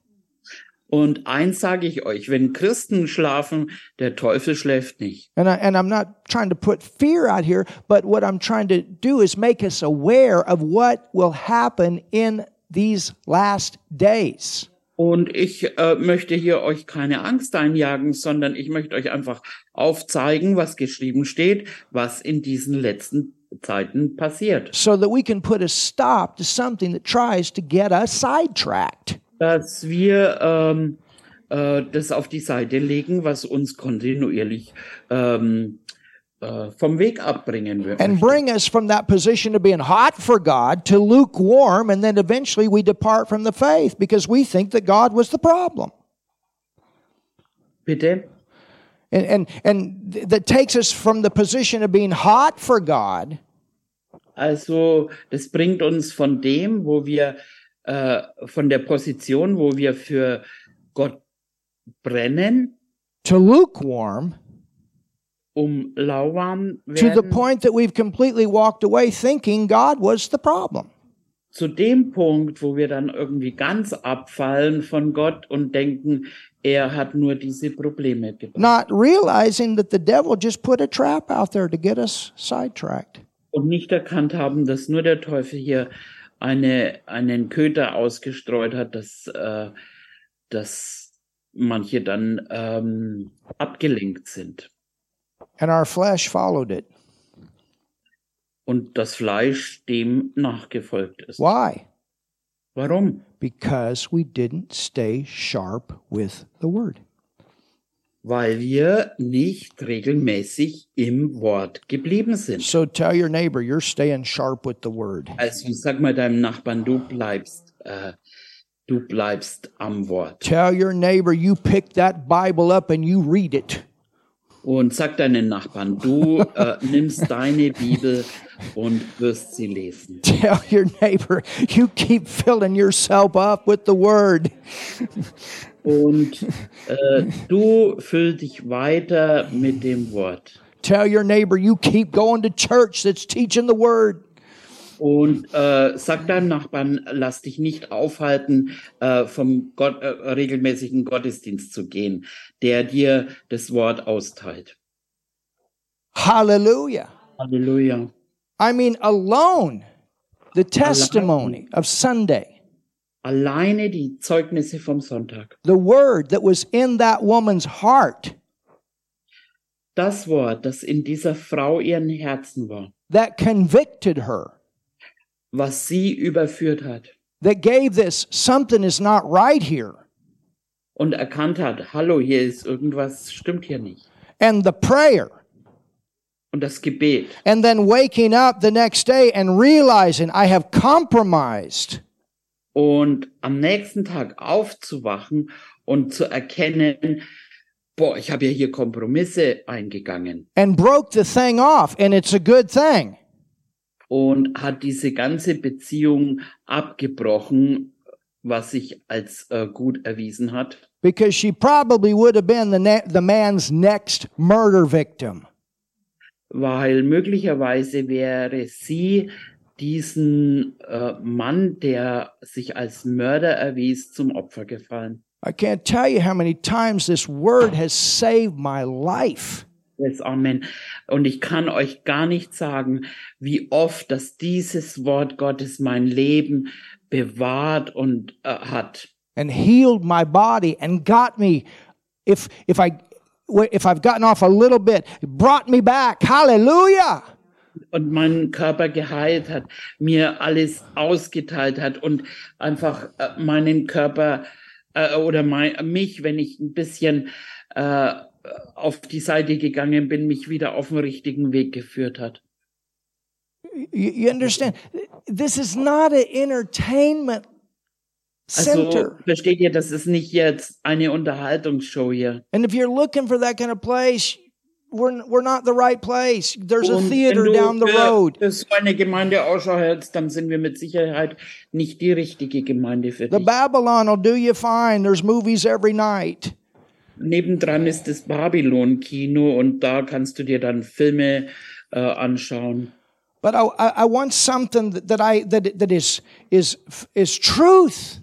Speaker 2: Und eins sage ich euch, wenn Christen schlafen, der Teufel schläft nicht.
Speaker 1: And, I, and I'm not trying to put fear out here, but what I'm trying to do is make us aware of what will happen in these last days.
Speaker 2: Und ich äh, möchte hier euch keine Angst einjagen, sondern ich möchte euch einfach aufzeigen, was geschrieben steht, was in diesen letzten Zeiten passiert,
Speaker 1: so that we can put a stop to something that tries to get us sidetracked.
Speaker 2: dass wir ähm, äh, das auf die Seite legen, was uns kontinuierlich ähm, äh, vom Weg abbringen wird.
Speaker 1: and bring us from that position of being hot for God to lukewarm, and then eventually we depart from the faith because we think that God was the problem.
Speaker 2: Bitte.
Speaker 1: And, and, and th- that takes us from the position of being hot for God
Speaker 2: Also das bringt uns von dem, wo wir äh, von der Position, wo wir für Gott brennen,
Speaker 1: to lukewarm
Speaker 2: um lauwarm
Speaker 1: to the
Speaker 2: werden,
Speaker 1: point that we've completely walked away thinking God was the problem.
Speaker 2: zu dem Punkt, wo wir dann irgendwie ganz abfallen von Gott und denken, er hat nur diese Probleme gebracht.
Speaker 1: Not realizing that the devil just put a trap out there to get us sidetracked.
Speaker 2: Und nicht erkannt haben, dass nur der Teufel hier eine, einen Köter ausgestreut hat, dass, äh, dass manche dann ähm, abgelenkt sind.
Speaker 1: And our flesh followed it.
Speaker 2: und das Fleisch dem nachgefolgt ist.
Speaker 1: Why?
Speaker 2: Warum?
Speaker 1: Because we didn't stay sharp with the word.
Speaker 2: Weil wir nicht regelmäßig im Wort geblieben sind.
Speaker 1: So tell your neighbor you're staying sharp with the word.
Speaker 2: Also sag mal deinem Nachbarn, du bleibst, äh, du bleibst am Wort.
Speaker 1: Tell your neighbor you pick that Bible up and you read it.
Speaker 2: Und sag deinen Nachbarn, du äh, nimmst deine Bibel und wirst sie lesen.
Speaker 1: Tell your neighbor you keep filling yourself up with the word.
Speaker 2: Und äh, du füll dich weiter mit dem Wort.
Speaker 1: Tell your neighbor you keep going to church that's teaching the word.
Speaker 2: Und äh, sag deinem Nachbarn, lass dich nicht aufhalten, äh, vom Gott, äh, regelmäßigen Gottesdienst zu gehen, der dir das Wort austeilt.
Speaker 1: Hallelujah.
Speaker 2: Halleluja.
Speaker 1: I mean, alone, the testimony of Sunday,
Speaker 2: Alleine die Zeugnisse vom Sonntag.
Speaker 1: the word that was in that woman's heart
Speaker 2: Das Wort, das in dieser Frau ihren Herzen war,
Speaker 1: that convicted her,
Speaker 2: was sie überführt hat
Speaker 1: that gave this something is not right here.
Speaker 2: und erkannt hat, hallo, hier ist irgendwas, stimmt hier nicht.
Speaker 1: And the prayer,
Speaker 2: Und das Gebet.
Speaker 1: and then waking up the next day and realizing I have compromised.
Speaker 2: Und am nächsten Tag aufzuwachen und zu erkennen, boah, ich habe ja hier Kompromisse eingegangen
Speaker 1: and broke the thing off, and it's a good thing.
Speaker 2: und hat diese ganze Beziehung abgebrochen, was sich als äh, gut erwiesen hat,
Speaker 1: Because she probably would have been the, ne- the man's next murder victim.
Speaker 2: weil möglicherweise wäre sie diesen äh, Mann, der sich als Mörder erwies, zum Opfer gefallen.
Speaker 1: I can't tell you how many times this word has saved my life.
Speaker 2: Yes, Amen. Und ich kann euch gar nicht sagen, wie oft, dass dieses Wort Gottes mein Leben bewahrt und äh, hat
Speaker 1: and healed my body and got me if if i if i've gotten off a little bit it brought me back hallelujah
Speaker 2: und meinen Körper geheilt hat, mir alles ausgeteilt hat und einfach äh, meinen Körper äh, oder mein, mich, wenn ich ein bisschen äh, auf die Seite gegangen bin, mich wieder auf den richtigen Weg geführt hat.
Speaker 1: You, you understand? This is not an entertainment
Speaker 2: Also
Speaker 1: center.
Speaker 2: versteht ihr, das ist nicht jetzt eine Unterhaltungsshow hier.
Speaker 1: And if you're looking for that kind of place, we're, we're not the right place. There's a
Speaker 2: Und
Speaker 1: theater
Speaker 2: wenn du
Speaker 1: down the
Speaker 2: für,
Speaker 1: road.
Speaker 2: für so eine Gemeinde Ausschau hältst, dann sind wir mit Sicherheit nicht die richtige Gemeinde für
Speaker 1: The
Speaker 2: dich.
Speaker 1: Babylon will do you fine. There's movies every night.
Speaker 2: Nebendran ist das Babylon-Kino und da kannst du dir dann Filme äh, anschauen.
Speaker 1: But I, I, I want something that, that I that that is is is truth.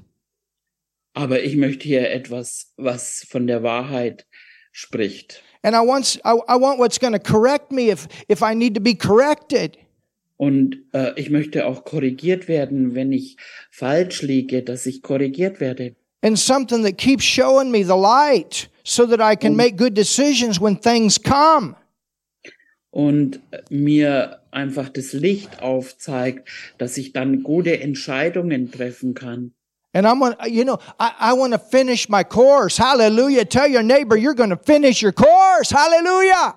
Speaker 2: Aber ich möchte hier etwas, was von der Wahrheit spricht.
Speaker 1: And I want I, I want what's going to correct me if if I need to be corrected.
Speaker 2: Und äh, ich möchte auch korrigiert werden, wenn ich falsch liege, dass ich korrigiert werde.
Speaker 1: And something that keeps showing me the light so that I can make good decisions when things come.
Speaker 2: und äh, mir einfach das Licht aufzeigt, dass ich dann gute Entscheidungen treffen kann.
Speaker 1: And I'm gonna you know, I, I want to finish my course. Hallelujah. Tell your neighbor you're gonna finish your course. Hallelujah.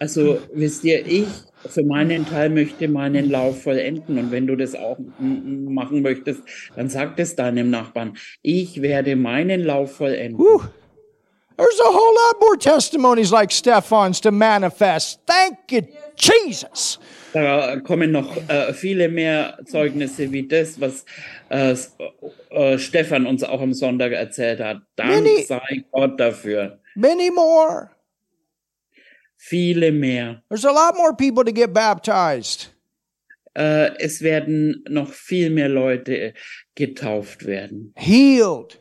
Speaker 2: Also wisst ihr, ich für meinen Teil möchte meinen Lauf vollenden und wenn du das auch m- m- machen möchtest, dann sag das deinem Nachbarn. Ich werde meinen Lauf vollenden.
Speaker 1: Whew. There's a whole lot more testimonies like Stefan's to manifest. Thank you, Jesus.
Speaker 2: Da kommen noch äh, viele mehr Zeugnisse wie das, was äh, S- äh, Stefan uns auch am Sonntag erzählt hat. Dank
Speaker 1: Many-
Speaker 2: sei Gott dafür.
Speaker 1: Many more.
Speaker 2: Viele mehr.
Speaker 1: There's a lot more people to get baptized.
Speaker 2: äh, es werden noch viel mehr Leute getauft werden,
Speaker 1: healed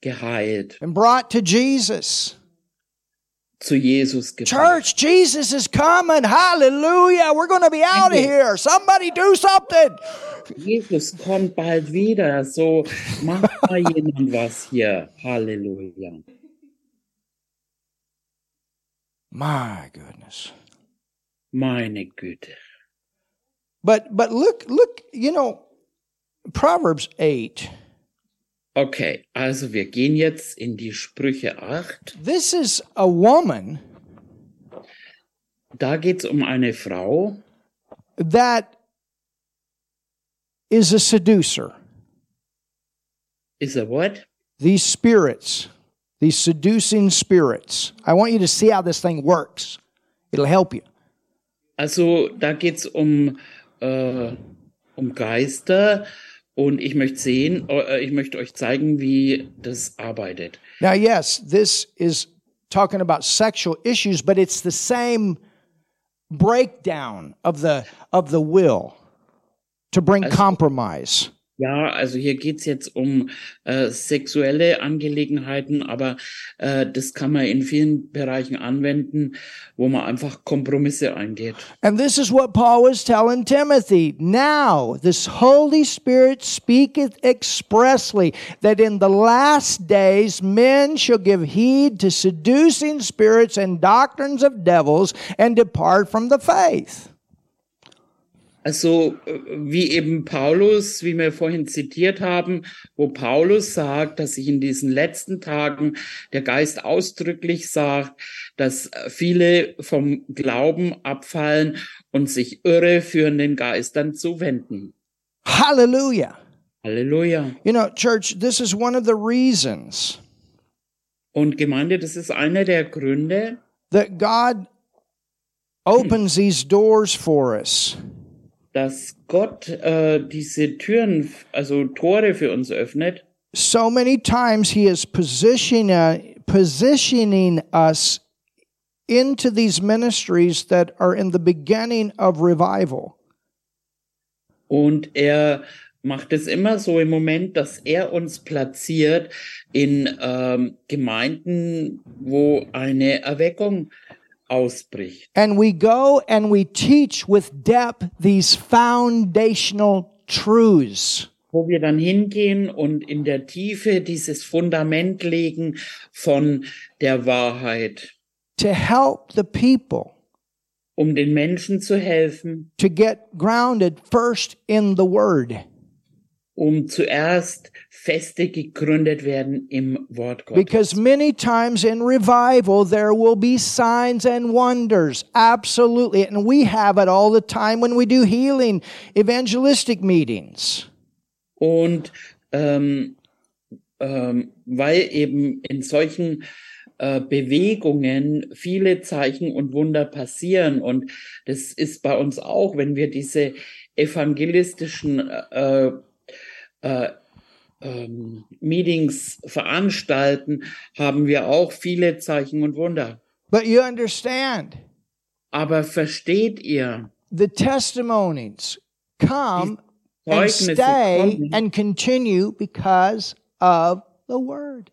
Speaker 2: geheilt,
Speaker 1: and brought to Jesus.
Speaker 2: zu Jesus gebracht.
Speaker 1: Church, Jesus is coming. Hallelujah. We're going to be out of here. Somebody do something.
Speaker 2: Jesus kommt bald wieder, so macht mal jemand was hier. Halleluja.
Speaker 1: My goodness.
Speaker 2: Meine Güte.
Speaker 1: But but look look, you know, Proverbs 8.
Speaker 2: Okay, also wir gehen jetzt in die Sprüche 8.
Speaker 1: This is a woman
Speaker 2: Da geht's um eine Frau,
Speaker 1: that is a seducer.
Speaker 2: ist er what?
Speaker 1: These spirits, these seducing spirits. I want you to see how this thing works. It'll help you.
Speaker 2: Also da geht's um, äh, um Geister und ich möchte sehen, äh, ich möchte euch zeigen, wie das arbeitet.
Speaker 1: Now, yes, this is talking about sexual issues, but it's the same breakdown of the of the will to bring compromise.
Speaker 2: Ja, also hier geht's jetzt um äh, sexuelle Angelegenheiten, aber äh, das kann man in vielen Bereichen anwenden, wo man einfach Kompromisse eingeht.
Speaker 1: And this is what Paul was telling Timothy. Now, this Holy Spirit speaketh expressly that in the last days men shall give heed to seducing spirits and doctrines of devils and depart from the faith.
Speaker 2: Also äh, wie eben Paulus, wie wir vorhin zitiert haben, wo Paulus sagt, dass sich in diesen letzten Tagen der Geist ausdrücklich sagt, dass äh, viele vom Glauben abfallen und sich irreführenden Geistern zuwenden.
Speaker 1: Hallelujah.
Speaker 2: Halleluja.
Speaker 1: You know, church, this is one of the reasons
Speaker 2: Und Gemeinde, das ist einer der Gründe,
Speaker 1: that God opens these doors for us.
Speaker 2: dass Gott äh, diese Türen, also Tore für uns öffnet.
Speaker 1: So many times He is positioning, uh, positioning us into these ministries that are in the beginning of revival.
Speaker 2: Und er macht es immer so im Moment, dass er uns platziert in ähm, Gemeinden, wo eine Erweckung ausbricht.
Speaker 1: And we go and we teach with depth these foundational truths.
Speaker 2: wo wir dann hingehen und in der Tiefe dieses Fundament legen von der Wahrheit,
Speaker 1: to help the people
Speaker 2: um den Menschen zu helfen,
Speaker 1: to get grounded first in the Word.
Speaker 2: um zuerst feste gegründet werden im Wort Gottes.
Speaker 1: Because many times in revival, there will be signs and wonders. Absolutely. And we have it all the time when we do healing, evangelistic meetings.
Speaker 2: Und ähm, ähm, weil eben in solchen äh, Bewegungen viele Zeichen und Wunder passieren. Und das ist bei uns auch, wenn wir diese evangelistischen äh, äh, ähm, Meetings veranstalten, haben wir auch viele Zeichen und Wunder.
Speaker 1: But you understand,
Speaker 2: Aber versteht ihr,
Speaker 1: the testimonies come and
Speaker 2: Zeugnisse
Speaker 1: stay
Speaker 2: kommen.
Speaker 1: and continue because of the Word.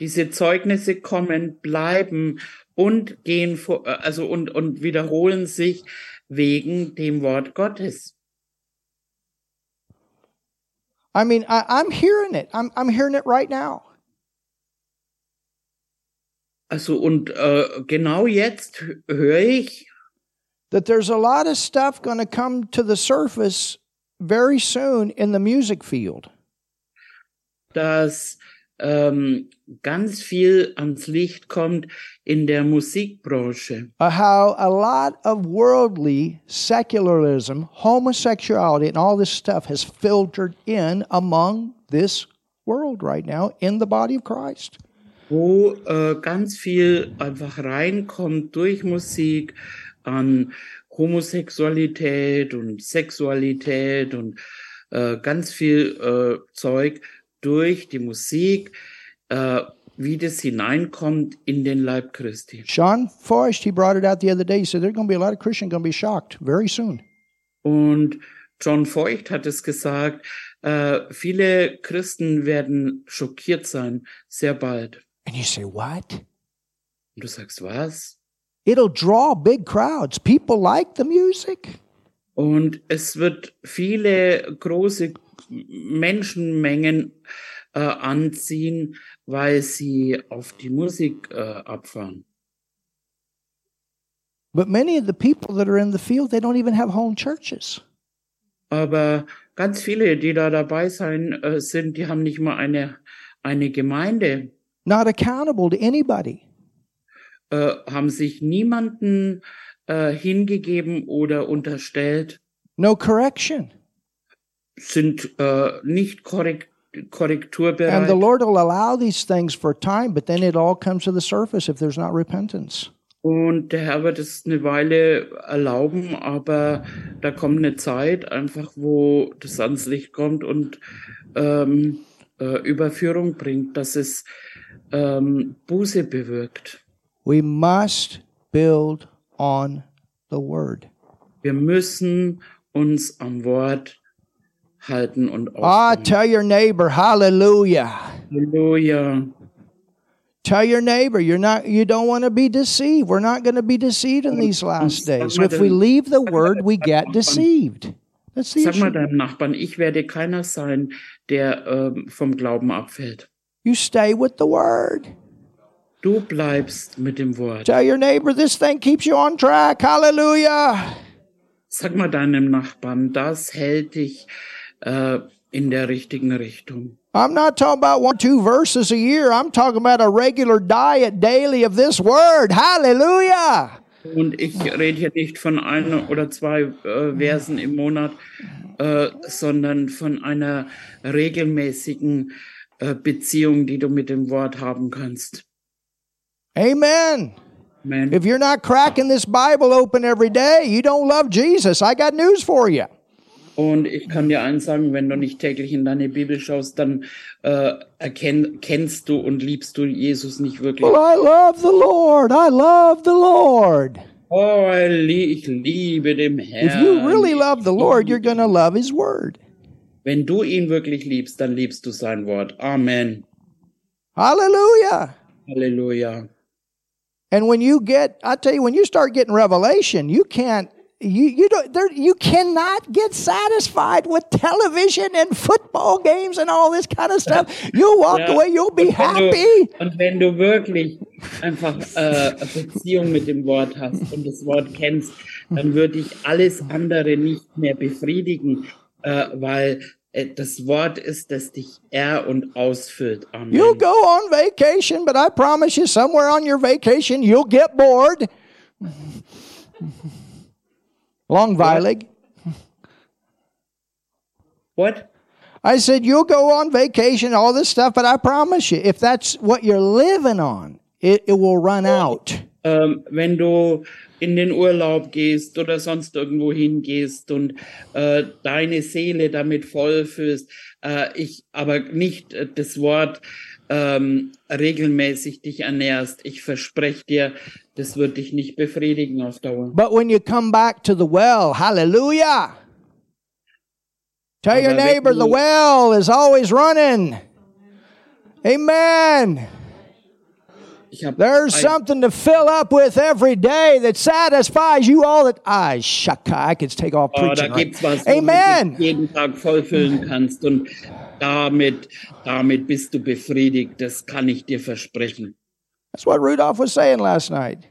Speaker 2: diese Zeugnisse kommen, bleiben und gehen vor, also und, und wiederholen sich wegen dem Wort Gottes.
Speaker 1: I mean, I, I'm hearing it. I'm, I'm hearing it right now.
Speaker 2: Also und äh, genau jetzt hö- höre ich,
Speaker 1: that there's a lot of stuff going to come to the surface very soon in the music field.
Speaker 2: dass ähm, ganz viel ans Licht kommt in der Musikbranche,
Speaker 1: Uh, how a lot of worldly secularism, homosexuality, and all this stuff has filtered in among this world right now in the body of Christ.
Speaker 2: wo äh, ganz viel einfach reinkommt durch Musik an Homosexualität und Sexualität und äh, ganz viel äh, Zeug durch die Musik, äh, wie das hineinkommt in den Leib Christi.
Speaker 1: Sean Forrest, he brought it out the other day. He said there's going to be a lot of Christians going to be shocked very soon.
Speaker 2: Und John Feucht hat es gesagt, äh, viele Christen werden schockiert sein, sehr bald.
Speaker 1: And you say, what?
Speaker 2: Und du sagst, was?
Speaker 1: It'll draw big crowds. People like the music.
Speaker 2: Und es wird viele große Menschenmengen äh, anziehen, weil sie auf die Musik äh, abfahren.
Speaker 1: But many of the people that are in the field, they don't even have home churches.
Speaker 2: Aber ganz viele, die da dabei sein äh, sind, die haben nicht mal eine, eine Gemeinde,
Speaker 1: not accountable to anybody.
Speaker 2: äh, haben sich niemanden äh, hingegeben oder unterstellt.
Speaker 1: No correction.
Speaker 2: sind äh, nicht korrekt,
Speaker 1: And the
Speaker 2: korrekturbereit.
Speaker 1: Lord will allow these things for a time, but then it all comes to the surface if there's not repentance.
Speaker 2: Und der Herr wird es eine Weile erlauben, aber da kommt eine Zeit einfach, wo das ans Licht kommt und ähm, äh, Überführung bringt, dass es ähm, Buße bewirkt.
Speaker 1: We must build on the word.
Speaker 2: Wir müssen uns am Wort halten und
Speaker 1: Ah,
Speaker 2: aufbauen.
Speaker 1: tell your neighbor, hallelujah.
Speaker 2: Halleluja.
Speaker 1: Tell your neighbor you're not you don't want to be deceived. We're not going to be deceived in these last days. If we leave the word, we get deceived. That's the
Speaker 2: Sag mal
Speaker 1: issue.
Speaker 2: deinem Nachbarn, ich werde keiner sein, der ähm, vom Glauben abfällt.
Speaker 1: You stay with the word.
Speaker 2: Du bleibst mit dem Wort.
Speaker 1: Tell your neighbor this thing keeps you on track. Hallelujah.
Speaker 2: Sag mal deinem Nachbarn, das hält dich äh, in der richtigen Richtung.
Speaker 1: I'm not talking about one, two verses a year. I'm talking about a regular diet daily of this word. Hallelujah.
Speaker 2: Und ich rede hier nicht von einer oder zwei äh, Versen im Monat, äh, sondern von einer regelmäßigen äh, Beziehung, die du mit dem Wort haben kannst.
Speaker 1: Amen.
Speaker 2: Amen.
Speaker 1: If you're not cracking this Bible open every day, you don't love Jesus. I got news for you.
Speaker 2: Und ich kann dir eins sagen, wenn du nicht täglich in deine Bibel schaust, dann äh, erkenn, kennst du und liebst du Jesus nicht wirklich.
Speaker 1: Well, I love the Lord. I love the Lord.
Speaker 2: Oh, ich liebe dem Herrn.
Speaker 1: If you really love the Lord, you're going to love His Word.
Speaker 2: Wenn du ihn wirklich liebst, dann liebst du sein Wort. Amen.
Speaker 1: Hallelujah.
Speaker 2: Halleluja.
Speaker 1: And when you get, I tell you, when you start getting revelation, you can't, you you don't, there, you cannot get satisfied with television and football games and all this kind of stuff. You'll walk
Speaker 2: Ja.
Speaker 1: away, you'll be
Speaker 2: Und wenn
Speaker 1: happy.
Speaker 2: Du, und wenn du wirklich einfach äh, eine Beziehung mit dem Wort hast und das Wort kennst, dann würde ich alles andere nicht mehr befriedigen, äh, weil äh, das Wort ist, das dich er und ausfüllt. Amen.
Speaker 1: You go on vacation, but I promise you, somewhere on your vacation, you'll get bored. Longweilig.
Speaker 2: What?
Speaker 1: I said, You'll go on vacation, all this stuff, but I promise you, if that's what you're living on, it, it will run out.
Speaker 2: ähm, wenn du in den Urlaub gehst oder sonst irgendwo hingehst und äh, deine Seele damit vollfüllst, äh, ich aber nicht äh, das Wort ähm, regelmäßig dich ernährst. Ich verspreche dir, das wird dich nicht befriedigen auf Dauer.
Speaker 1: But when you come back to the well, hallelujah. Tell your
Speaker 2: Amen.
Speaker 1: neighbor the well is always running. Amen.
Speaker 2: Ich hab
Speaker 1: There's
Speaker 2: ein-
Speaker 1: something to fill up with every day that satisfies you all that I shaka. I could take off
Speaker 2: Oh, da
Speaker 1: preaching. right?
Speaker 2: gibt's was, womit du dich
Speaker 1: Amen.
Speaker 2: jeden Tag vollfüllen kannst und damit, damit bist du befriedigt. Das kann ich dir versprechen.
Speaker 1: That's what Rudolph was saying last night.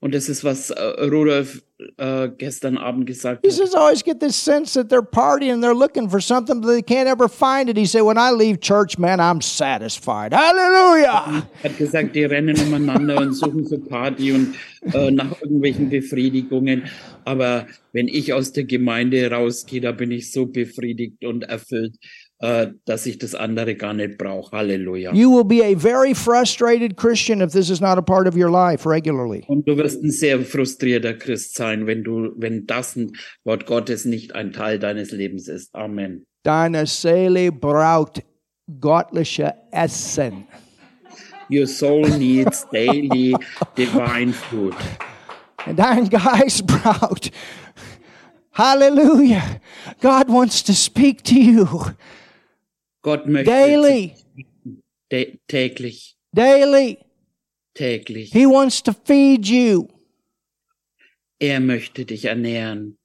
Speaker 2: Und das ist, was äh, Rudolf äh, gestern Abend gesagt
Speaker 1: He
Speaker 2: hat.
Speaker 1: says, I always get this sense that they're partying, they're looking for something, but they can't ever find it. He said, When I leave church, man, I'm satisfied. Hallelujah.
Speaker 2: Er hat gesagt, die rennen umeinander und suchen für Party und äh, nach irgendwelchen Befriedigungen. Aber wenn ich aus der Gemeinde rausgehe, da bin ich so befriedigt und erfüllt, äh, dass ich das andere gar nicht brauche. Halleluja.
Speaker 1: You will be a very frustrated Christian if this is not a part of your life regularly.
Speaker 2: Und du wirst ein sehr frustrierter Christ sein, wenn du, wenn das ein Wort Gottes nicht ein Teil deines Lebens ist. Amen.
Speaker 1: Deine Seele braucht göttliche Essen.
Speaker 2: Your soul needs daily divine food.
Speaker 1: And dein Geist braucht. Hallelujah. God wants to speak to you
Speaker 2: Gott möchte
Speaker 1: daily,
Speaker 2: tä- täglich,
Speaker 1: daily.
Speaker 2: täglich.
Speaker 1: He wants to feed you.
Speaker 2: Er möchte dich ernähren.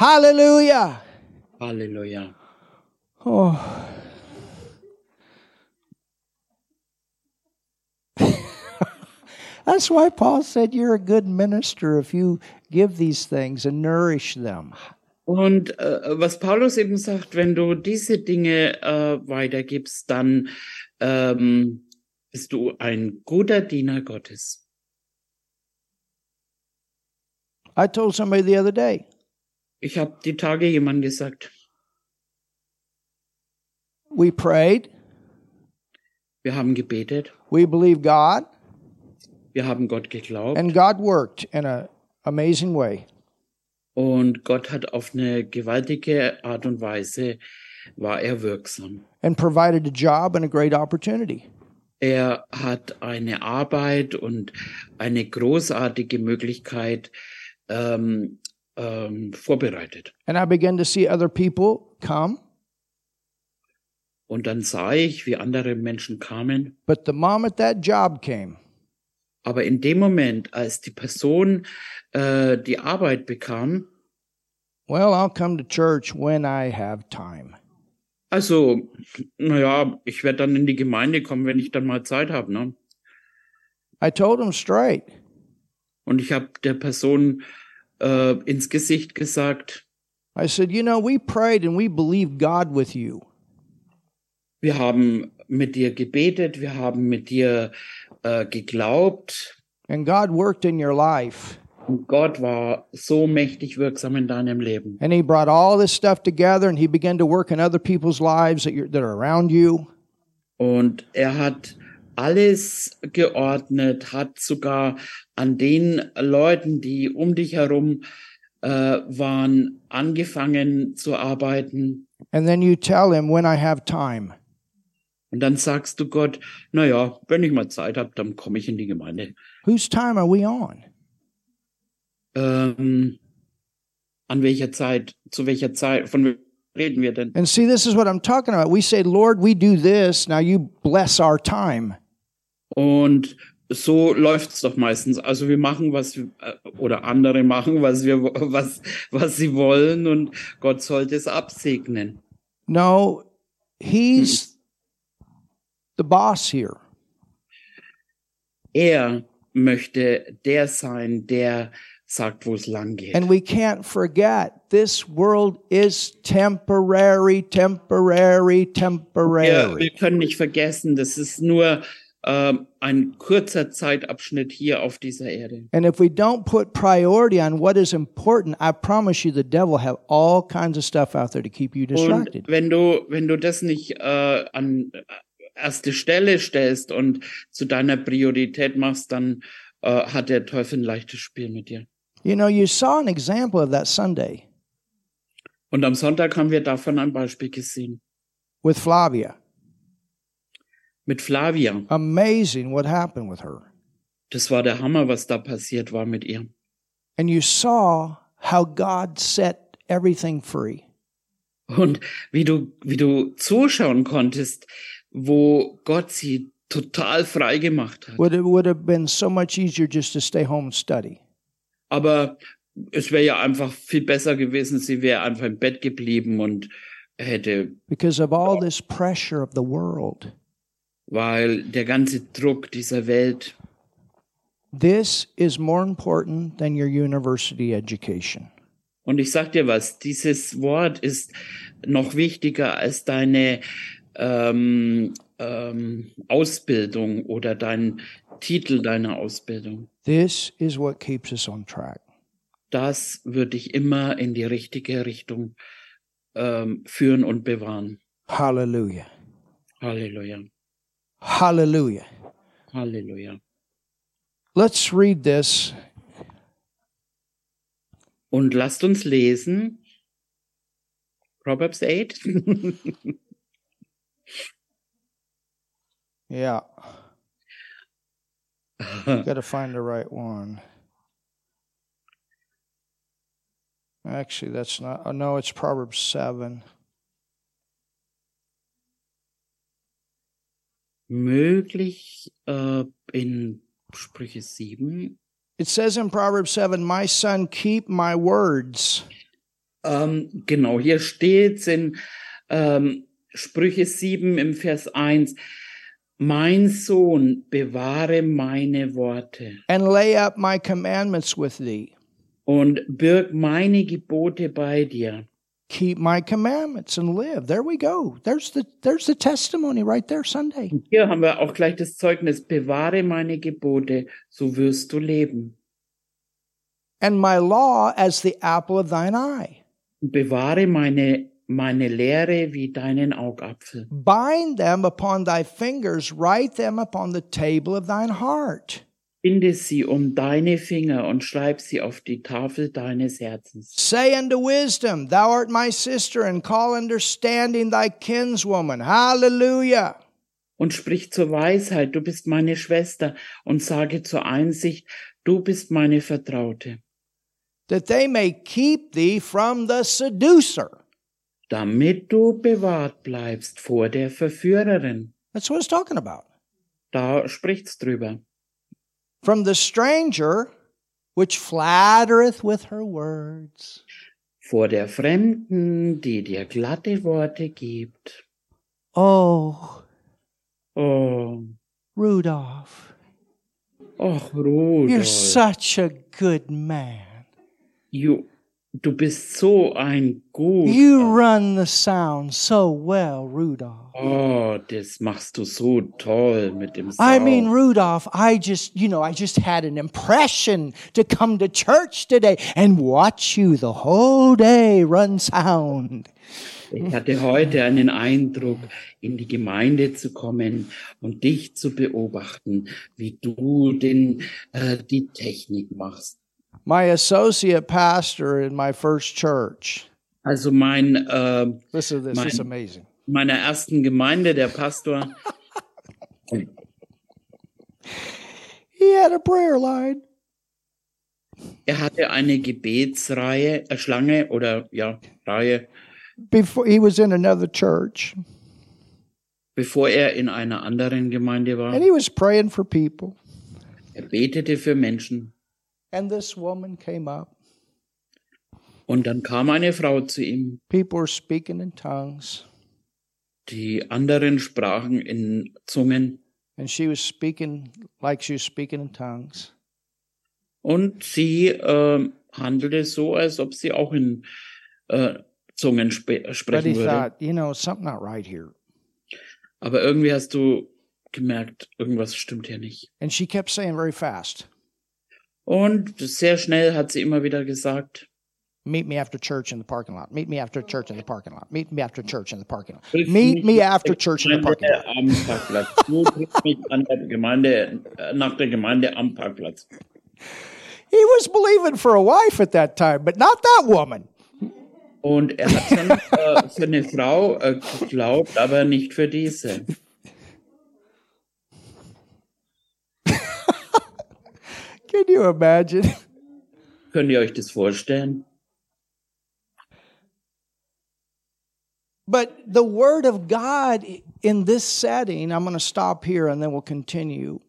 Speaker 1: Hallelujah.
Speaker 2: Halleluja.
Speaker 1: Oh. That's why Paul said you're a good minister if you give these things and nourish them.
Speaker 2: Und äh, was Paulus eben sagt, wenn du diese Dinge äh, weitergibst, dann ähm, bist du ein guter Diener Gottes.
Speaker 1: I told somebody the other day,
Speaker 2: Ich habe die Tage jemand gesagt,
Speaker 1: we prayed,
Speaker 2: wir haben gebetet,
Speaker 1: we believed God,
Speaker 2: wir haben Gott geglaubt
Speaker 1: and God worked in an amazing way.
Speaker 2: und Gott hat auf eine gewaltige Art und Weise war er wirksam.
Speaker 1: and provided a job and a great opportunity.
Speaker 2: Er hat eine Arbeit und eine großartige Möglichkeit ähm, ähm, vorbereitet.
Speaker 1: And I began to see other people come,
Speaker 2: Und dann sah ich, wie andere Menschen kamen.
Speaker 1: but the moment that job came,
Speaker 2: Aber in dem Moment, als die Person äh, die Arbeit bekam,
Speaker 1: well, I'll come to church when I have time.
Speaker 2: also, naja, ich werde dann in die Gemeinde kommen, wenn ich dann mal Zeit habe. Ne?
Speaker 1: I told him straight,
Speaker 2: Und ich habe der Person äh, ins Gesicht gesagt,
Speaker 1: I said, You know, we prayed and we believed God with you.
Speaker 2: wir haben mit dir gebetet, wir haben mit dir äh, geglaubt.
Speaker 1: And God worked in your life.
Speaker 2: Und Gott war so mächtig wirksam in deinem Leben.
Speaker 1: And He brought all this stuff together and He began to work in other people's lives that, you're, that are around you.
Speaker 2: Und er hat alles geordnet, hat sogar an den Leuten, die um dich herum äh, waren, angefangen zu arbeiten.
Speaker 1: And then you tell Him, When I have time.
Speaker 2: Und dann sagst du Gott, naja, wenn ich mal Zeit habe, dann komme ich in die Gemeinde.
Speaker 1: Whose time are we on?
Speaker 2: Ähm, an welcher Zeit, zu welcher Zeit, von wem reden wir denn?
Speaker 1: And see, this is what I'm talking about. We say, Lord, we do this. Now you bless our time.
Speaker 2: Und so läuft's doch meistens. Also wir machen, was wir, äh, oder andere machen, was wir, wo- was, was sie wollen und Gott sollte es absegnen.
Speaker 1: No, he's the boss here.
Speaker 2: Er möchte der sein, der sagt, wo es lang geht.
Speaker 1: And we can't forget this world is temporary, temporary,
Speaker 2: wir, wir
Speaker 1: temporary.
Speaker 2: können nicht vergessen, das ist nur ähm, ein kurzer Zeitabschnitt hier auf dieser Erde.
Speaker 1: And if we don't put priority on what is important, I promise you the devil have all kinds of stuff out there to keep you
Speaker 2: Und
Speaker 1: distracted.
Speaker 2: wenn du, wenn du das nicht äh, an erste Stelle stellst und zu deiner Priorität machst, dann äh, hat der Teufel ein leichtes Spiel mit dir.
Speaker 1: You know, you saw an example of that Sunday
Speaker 2: Und am Sonntag haben wir davon ein Beispiel gesehen.
Speaker 1: with Flavia.
Speaker 2: Mit Flavia.
Speaker 1: Amazing what happened with her.
Speaker 2: Das war der Hammer, was da passiert war mit ihr.
Speaker 1: And you saw how God set everything free.
Speaker 2: Und wie du, wie du zuschauen konntest, wo Gott sie total frei gemacht hat.
Speaker 1: Would it would have been so much easier just to stay home and study.
Speaker 2: Aber es wäre ja einfach viel besser gewesen, sie wäre einfach im Bett geblieben und hätte,
Speaker 1: because of all this pressure of the world.
Speaker 2: weil der ganze Druck dieser Welt,
Speaker 1: This is more important than your university education.
Speaker 2: und ich sag dir was, dieses Wort ist noch wichtiger als deine ähm, ähm, Ausbildung oder dein Titel deiner Ausbildung.
Speaker 1: This is what keeps us on track.
Speaker 2: das wird dich immer in die richtige Richtung ähm, führen und bewahren.
Speaker 1: Hallelujah.
Speaker 2: Halleluja.
Speaker 1: Hallelujah.
Speaker 2: Halleluja.
Speaker 1: Let's read this.
Speaker 2: Und lasst uns lesen. Proverbs 8.
Speaker 1: Yeah, got to find the right one. Actually, that's not. Oh, no, it's Proverbs 7.
Speaker 2: Möglich äh, in Sprüche 7.
Speaker 1: It says in Proverbs 7, My son, keep my words.
Speaker 2: Ähm, genau, hier steht's in ähm, Sprüche 7 im Vers 1. Mein Sohn, bewahre meine Worte.
Speaker 1: and lay up my commandments with thee.
Speaker 2: und birg meine Gebote bei dir.
Speaker 1: Keep my commandments and live. There we go. There's the there's the testimony right there Sunday.
Speaker 2: Hier haben wir auch gleich das Zeugnis, bewahre meine Gebote, so wirst du leben.
Speaker 1: And my law as the apple of thine eye.
Speaker 2: Und Bewahre meine, meine Lehre wie deinen Augapfel.
Speaker 1: Bind them upon thy fingers, write them upon the table of thine heart.
Speaker 2: Binde sie um deine Finger und schreib sie auf die Tafel deines Herzens.
Speaker 1: Say unto wisdom, thou art my sister, and call understanding thy kinswoman. Hallelujah.
Speaker 2: Und sprich zur Weisheit, du bist meine Schwester, und sage zur Einsicht, du bist meine Vertraute,
Speaker 1: That they may keep thee from the seducer.
Speaker 2: damit du bewahrt bleibst vor der Verführerin.
Speaker 1: That's what it's talking about.
Speaker 2: Da spricht's drüber.
Speaker 1: from the stranger which flattereth with her words.
Speaker 2: vor der Fremden, die dir glatte Worte gibt.
Speaker 1: Oh,
Speaker 2: Oh,
Speaker 1: Rudolph,
Speaker 2: ach
Speaker 1: you're
Speaker 2: Rudolf,
Speaker 1: such a good man.
Speaker 2: you, du bist so ein
Speaker 1: You
Speaker 2: gut.
Speaker 1: run the sound so well, Rudolph.
Speaker 2: Oh, das machst du so toll mit dem Sound.
Speaker 1: I mean, Rudolph, I just, you know, I just had an impression to come to church today and watch you the whole day run sound.
Speaker 2: ich hatte heute einen Eindruck, in die Gemeinde zu kommen und dich zu beobachten, wie du den äh, die Technik machst.
Speaker 1: My associate pastor in my first church.
Speaker 2: Also mein äh,
Speaker 1: Listen to this, it's
Speaker 2: Mine.
Speaker 1: amazing.
Speaker 2: meiner ersten Gemeinde, der Pastor.
Speaker 1: He had a prayer line.
Speaker 2: Er hatte eine Gebetsreihe, äh, Schlange oder ja, Reihe,
Speaker 1: before he was in another church
Speaker 2: bevor er in einer anderen Gemeinde war.
Speaker 1: and he was praying for people
Speaker 2: Er betete für Menschen.
Speaker 1: and this woman came up
Speaker 2: Und dann kam eine Frau zu ihm.
Speaker 1: people were speaking in tongues
Speaker 2: Die anderen sprachen in Zungen.
Speaker 1: and she was speaking like she was speaking in tongues.
Speaker 2: Und sie ähm, handelte so, als ob sie auch in äh, Zungen spe
Speaker 1: But
Speaker 2: sprechen
Speaker 1: he
Speaker 2: würde.
Speaker 1: thought, you know, something not right here.
Speaker 2: Aber irgendwie hast du gemerkt, irgendwas stimmt hier nicht.
Speaker 1: And she kept saying very fast,
Speaker 2: Und sehr schnell hat sie immer wieder gesagt,
Speaker 1: Meet me after church in the parking lot. Meet me after church in the parking lot. Meet me after church in the parking lot.
Speaker 2: Triff
Speaker 1: Meet
Speaker 2: mich
Speaker 1: me
Speaker 2: nach
Speaker 1: after
Speaker 2: der
Speaker 1: church in the
Speaker 2: Gemeinde
Speaker 1: parking lot.
Speaker 2: am Parkplatz. Du triffst mich an der Gemeinde, äh, nach der Gemeinde am Parkplatz.
Speaker 1: He was believing for a wife at that time, but not that woman.
Speaker 2: Und er hat dann äh, für eine Frau äh, geglaubt, aber nicht für diese.
Speaker 1: Can you imagine?
Speaker 2: Könnt ihr euch das vorstellen?
Speaker 1: But the word of God in this setting, I'm going to stop here and then we'll continue.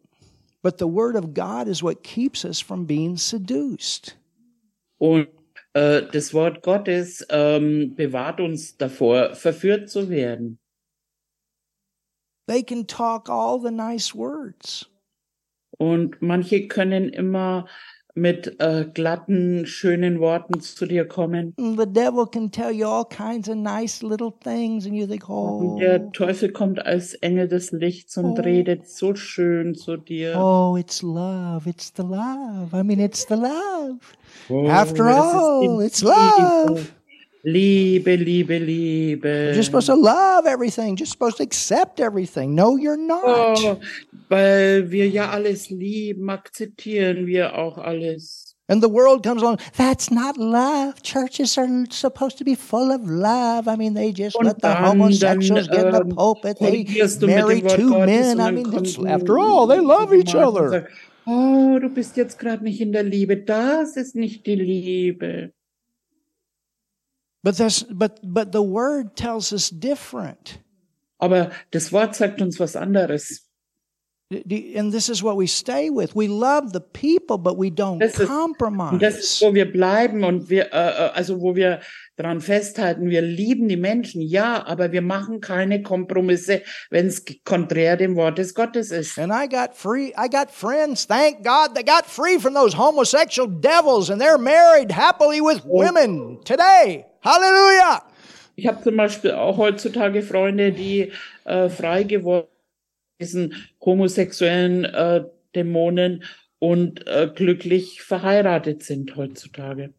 Speaker 1: But the word of God is what keeps us from being seduced.
Speaker 2: Und äh, das Wort Gottes ähm, bewahrt uns davor, verführt zu werden.
Speaker 1: They can talk all the nice words.
Speaker 2: Und manche können immer mit äh, glatten, schönen Worten zu dir kommen.
Speaker 1: And Mm, the devil can tell you all kinds of nice little things, and you think,
Speaker 2: Und
Speaker 1: oh,
Speaker 2: der Teufel kommt als Engel des Lichts und
Speaker 1: Oh.
Speaker 2: redet so schön zu dir.
Speaker 1: oh, it's love. It's the love. I mean, it's the love.
Speaker 2: Oh,
Speaker 1: After
Speaker 2: es ist
Speaker 1: all,
Speaker 2: die
Speaker 1: it's love.
Speaker 2: Liebe, Liebe, Liebe.
Speaker 1: You're just supposed to love everything, just supposed to accept everything. No, you're not.
Speaker 2: Oh, weil wir ja alles lieben, akzeptieren wir auch alles.
Speaker 1: And the world comes along. That's not love. Churches are supposed to be full of love. I mean, they just
Speaker 2: Und
Speaker 1: let the
Speaker 2: dann-
Speaker 1: homosexuals
Speaker 2: dann,
Speaker 1: get in the
Speaker 2: ähm,
Speaker 1: pulpit. They
Speaker 2: Korrigierst du mit
Speaker 1: marry
Speaker 2: dem Wort
Speaker 1: two
Speaker 2: Gottes
Speaker 1: men.
Speaker 2: und
Speaker 1: I
Speaker 2: dann
Speaker 1: mean,
Speaker 2: kommt
Speaker 1: it's,
Speaker 2: ein-
Speaker 1: after all, they love each
Speaker 2: Mann und
Speaker 1: other.
Speaker 2: sagt, Oh, du bist jetzt gerade nicht in der Liebe. Das ist nicht die Liebe.
Speaker 1: But that's but but the word tells us different.
Speaker 2: Aber das Wort sagt uns was anderes.
Speaker 1: D- d- And this is what we stay with. We love the people, but we don't
Speaker 2: This is-
Speaker 1: compromise.
Speaker 2: Und das ist, wo wir bleiben und wir, äh, äh, also wo wir dran festhalten. Wir lieben die Menschen, ja, aber wir machen keine Kompromisse, wenn es konträr dem Wort des Gottes ist.
Speaker 1: And I got free. I got friends. Thank God they got free from those homosexual devils, and they're married happily with women today. Hallelujah.
Speaker 2: Ich habe zum Beispiel auch heutzutage Freunde, die äh, frei geworden sind, homosexuellen äh, Dämonen und äh, glücklich verheiratet sind heutzutage.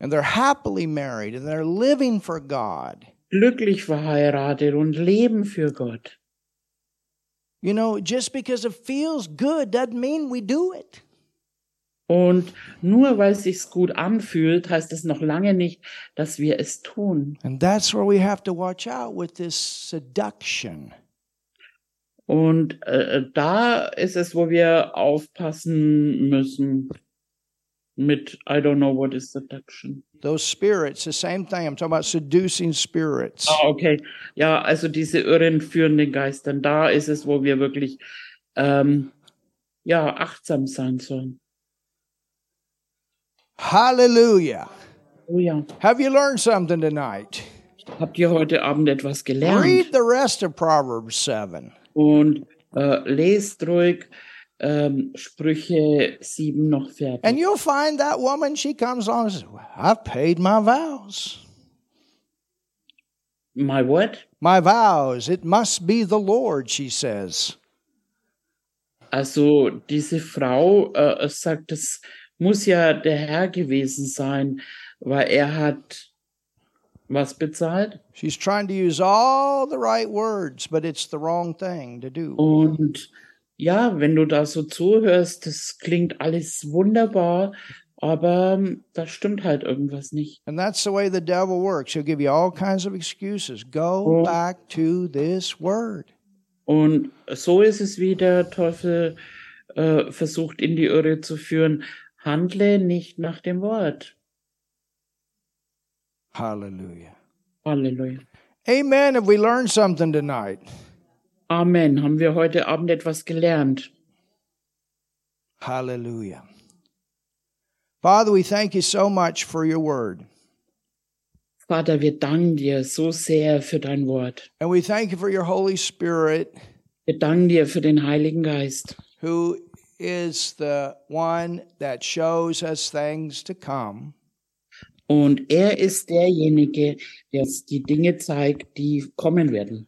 Speaker 1: And they're happily married, and they're living for God.
Speaker 2: Glücklich verheiratet und leben für Gott.
Speaker 1: You know, just because it feels good doesn't mean we do it.
Speaker 2: Und nur weil es sich gut anfühlt, heißt es noch lange nicht, dass wir es tun.
Speaker 1: And that's where we have to watch out with this seduction.
Speaker 2: Und äh, äh, da ist es, wo wir aufpassen müssen mit I don't know what is seduction.
Speaker 1: Those spirits, the same thing. I'm talking about seducing spirits.
Speaker 2: Ah, okay. Ja, also diese irrenführenden Geistern, da ist es, wo wir wirklich ähm, ja, achtsam sein sollen.
Speaker 1: Hallelujah.
Speaker 2: Oh ja.
Speaker 1: Have you learned something tonight?
Speaker 2: Habt ihr heute Abend etwas gelernt?
Speaker 1: Read the rest of Proverbs 7.
Speaker 2: Und äh, lest ruhig ähm, Sprüche 7 noch
Speaker 1: And
Speaker 2: fertig.
Speaker 1: you'll find that woman, she comes on and says, well, I've paid my vows.
Speaker 2: My what?
Speaker 1: My vows, it must be the Lord, she says.
Speaker 2: Also diese Frau äh, sagt, es muss ja der Herr gewesen sein, weil er hat was bezahlt?
Speaker 1: She's trying to use all the right words, but it's the wrong thing to do.
Speaker 2: Und ja, wenn du da so zuhörst, das klingt alles wunderbar, aber ähm, da stimmt halt irgendwas nicht.
Speaker 1: And that's the way the devil works. He'll give you all kinds of excuses. Go
Speaker 2: Oh.
Speaker 1: back to this word.
Speaker 2: Und so ist es wie der Teufel äh, versucht, in die Irre zu führen. Handle nicht nach dem Wort.
Speaker 1: Hallelujah.
Speaker 2: Halleluja.
Speaker 1: Amen. Have we learned something tonight?
Speaker 2: Amen. Haben wir heute Abend etwas gelernt?
Speaker 1: Hallelujah. Father, we thank you so much for your word.
Speaker 2: Vater, wir danken dir so sehr für dein Wort.
Speaker 1: And we thank you for your Holy Spirit
Speaker 2: Wir danken dir für den Heiligen Geist,
Speaker 1: who is the one that shows us things to come
Speaker 2: Und er ist derjenige, der uns die Dinge zeigt, die kommen werden.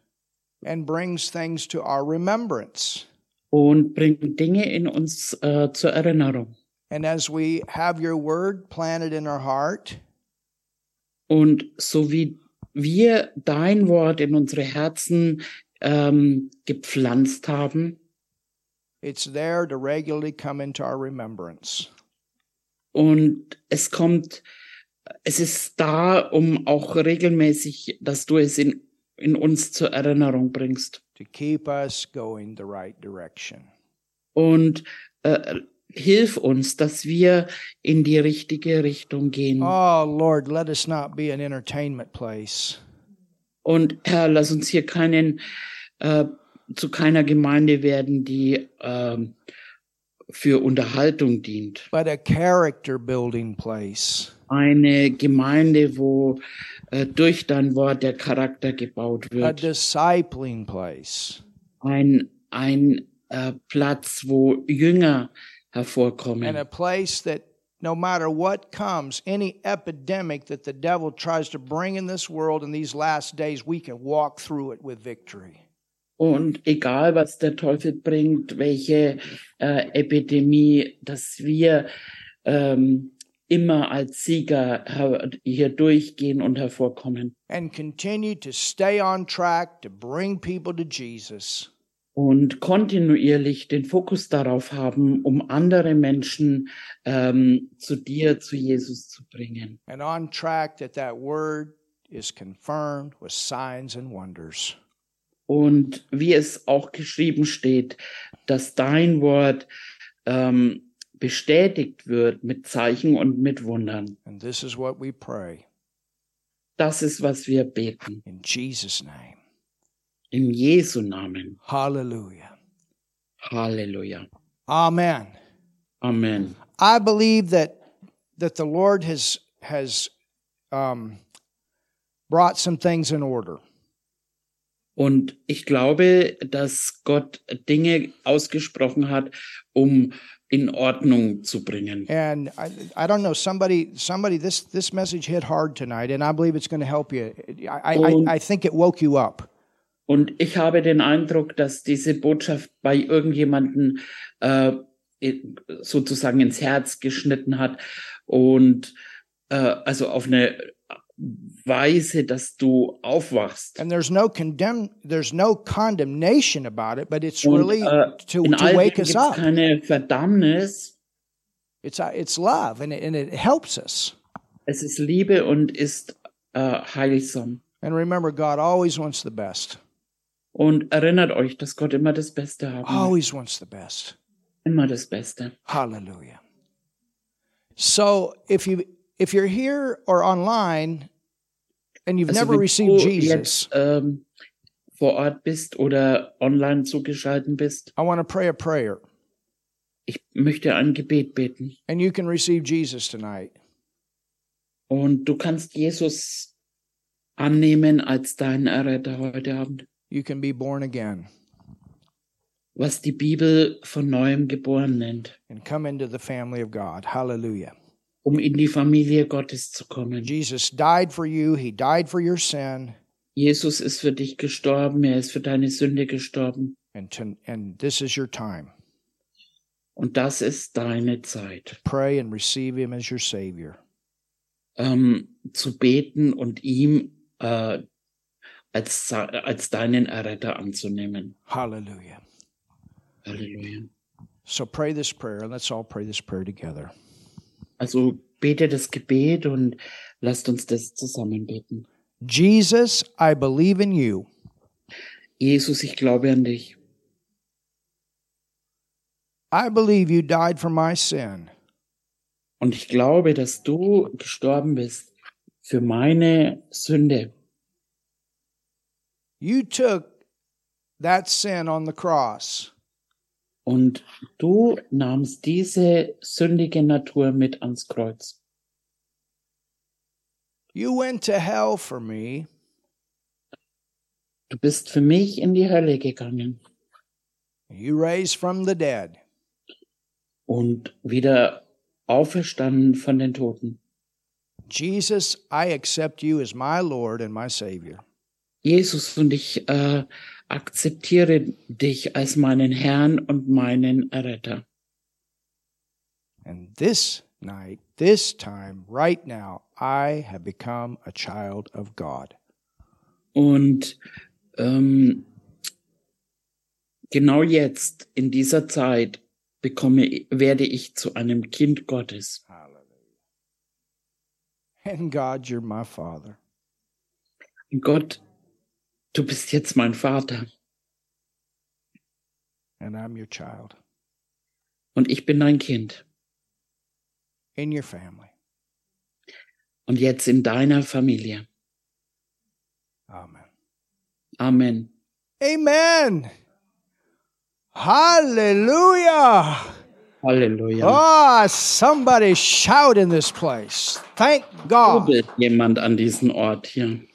Speaker 1: and brings things to our remembrance.
Speaker 2: Und bringt Dinge in uns äh, zur Erinnerung.
Speaker 1: And as we have your word planted in our heart,
Speaker 2: Und so wie wir dein Wort in unsere Herzen ähm, gepflanzt haben
Speaker 1: it's there to regularly come into our remembrance.
Speaker 2: und es kommt, es ist da, um auch regelmäßig, dass du es in, in uns zur Erinnerung bringst.
Speaker 1: to keep us going the right direction.
Speaker 2: Und äh, hilf uns, dass wir in die richtige Richtung gehen.
Speaker 1: Oh, Lord, let us not be an entertainment place.
Speaker 2: Und Herr, lass uns hier keinen äh, zu keiner Gemeinde werden, die ähm, für Unterhaltung dient.
Speaker 1: But a character building place.
Speaker 2: Eine Gemeinde, wo äh, durch dein Wort der Charakter gebaut
Speaker 1: A
Speaker 2: wird.
Speaker 1: discipling place.
Speaker 2: Ein, ein äh, Platz, wo Jünger
Speaker 1: And
Speaker 2: hervorkommen.
Speaker 1: a place that no matter what comes, any epidemic that the devil tries to bring in this world in these last days, we can walk through it with victory.
Speaker 2: Und egal, was der Teufel bringt, welche äh, Epidemie, dass wir ähm, immer als Sieger her- hier durchgehen und hervorkommen.
Speaker 1: And continue to stay on track to bring people to Jesus.
Speaker 2: und kontinuierlich den Fokus darauf haben, um andere Menschen ähm, zu dir, zu Jesus zu bringen.
Speaker 1: and on track that that word is confirmed with signs and wonders.
Speaker 2: Und wie es auch geschrieben steht, dass dein Wort ähm, bestätigt wird mit Zeichen und mit Wundern.
Speaker 1: And this is what we pray
Speaker 2: Das ist, was wir beten.
Speaker 1: in Jesus' name.
Speaker 2: Im Jesu Namen.
Speaker 1: Hallelujah.
Speaker 2: Halleluja.
Speaker 1: Amen.
Speaker 2: Amen.
Speaker 1: I believe that that the Lord has has um, brought some things in order.
Speaker 2: Und ich glaube, dass Gott Dinge ausgesprochen hat, um in Ordnung zu bringen.
Speaker 1: And I, I don't know somebody somebody this this message hit hard tonight, and I believe it's going to help you. I, I, I, I think it woke you up.
Speaker 2: Und ich habe den Eindruck, dass diese Botschaft bei irgendjemanden äh, sozusagen ins Herz geschnitten hat und äh, also auf eine Weise, dass du aufwachst.
Speaker 1: And there's no condemn there's no condemnation about it, but it's
Speaker 2: Und
Speaker 1: really
Speaker 2: äh,
Speaker 1: to,
Speaker 2: in
Speaker 1: to
Speaker 2: all dem
Speaker 1: wake
Speaker 2: gibt
Speaker 1: us
Speaker 2: es
Speaker 1: up.
Speaker 2: keine Verdammnis.
Speaker 1: It's uh, it's love, and it, and it helps us.
Speaker 2: Es ist Liebe und ist äh, heilsam.
Speaker 1: And remember, God always wants the best.
Speaker 2: Und erinnert euch, dass Gott immer das Beste haben will.
Speaker 1: Always wants the best.
Speaker 2: Immer das Beste.
Speaker 1: Hallelujah. So if you if you're here or online, and you've
Speaker 2: Also
Speaker 1: never
Speaker 2: wenn
Speaker 1: received
Speaker 2: du
Speaker 1: Jesus,
Speaker 2: jetzt ähm, vor Ort bist oder online zugeschalten bist,
Speaker 1: I want to pray a prayer,
Speaker 2: ich möchte ein Gebet beten.
Speaker 1: and you can receive Jesus tonight.
Speaker 2: Und du kannst Jesus annehmen als deinen Erretter heute Abend.
Speaker 1: You can be born again
Speaker 2: Was die Bibel von neuem geboren nennt,
Speaker 1: and come into the family of God. Hallelujah.
Speaker 2: um in die Familie Gottes zu kommen.
Speaker 1: Jesus died for you. He died for your sin.
Speaker 2: Jesus ist für dich gestorben, er ist für deine Sünde gestorben.
Speaker 1: And, to, and this is your time.
Speaker 2: Und das ist deine Zeit,
Speaker 1: Pray and receive him as your Savior.
Speaker 2: ähm, zu beten und ihm äh, als, se- als deinen Erretter anzunehmen.
Speaker 1: Hallelujah.
Speaker 2: Halleluja.
Speaker 1: So pray this prayer, and let's all pray this prayer together.
Speaker 2: Also bete das Gebet und lasst uns das zusammen beten.
Speaker 1: Jesus, I believe in you.
Speaker 2: Jesus, ich glaube an dich.
Speaker 1: I believe you died for my sin.
Speaker 2: Und ich glaube, dass du gestorben bist für meine Sünde.
Speaker 1: You took that sin on the cross,
Speaker 2: Und du nahmst diese sündige Natur mit ans Kreuz.
Speaker 1: you went to hell for me,
Speaker 2: Du bist für mich in die Hölle gegangen
Speaker 1: you raised from the dead.
Speaker 2: und wieder auferstanden von den Toten.
Speaker 1: Jesus, I accept you as my Lord and my Savior.
Speaker 2: Jesus und ich äh, akzeptiere dich als meinen Herrn und meinen Erretter.
Speaker 1: And this night, this time, right now, I have become a child of God.
Speaker 2: Und ähm, genau jetzt, in dieser Zeit, bekomme, werde ich zu einem Kind Gottes.
Speaker 1: Hallelujah. And God, you're my Father.
Speaker 2: Gott, du bist jetzt mein Vater
Speaker 1: and I'm your child
Speaker 2: und ich bin dein Kind.
Speaker 1: in your family.
Speaker 2: Und jetzt in deiner Familie.
Speaker 1: Amen.
Speaker 2: Amen.
Speaker 1: Amen. Hallelujah.
Speaker 2: Halleluja.
Speaker 1: Ah, somebody shout in this place. Thank
Speaker 2: Du
Speaker 1: God.
Speaker 2: bist jemand an diesem Ort hier.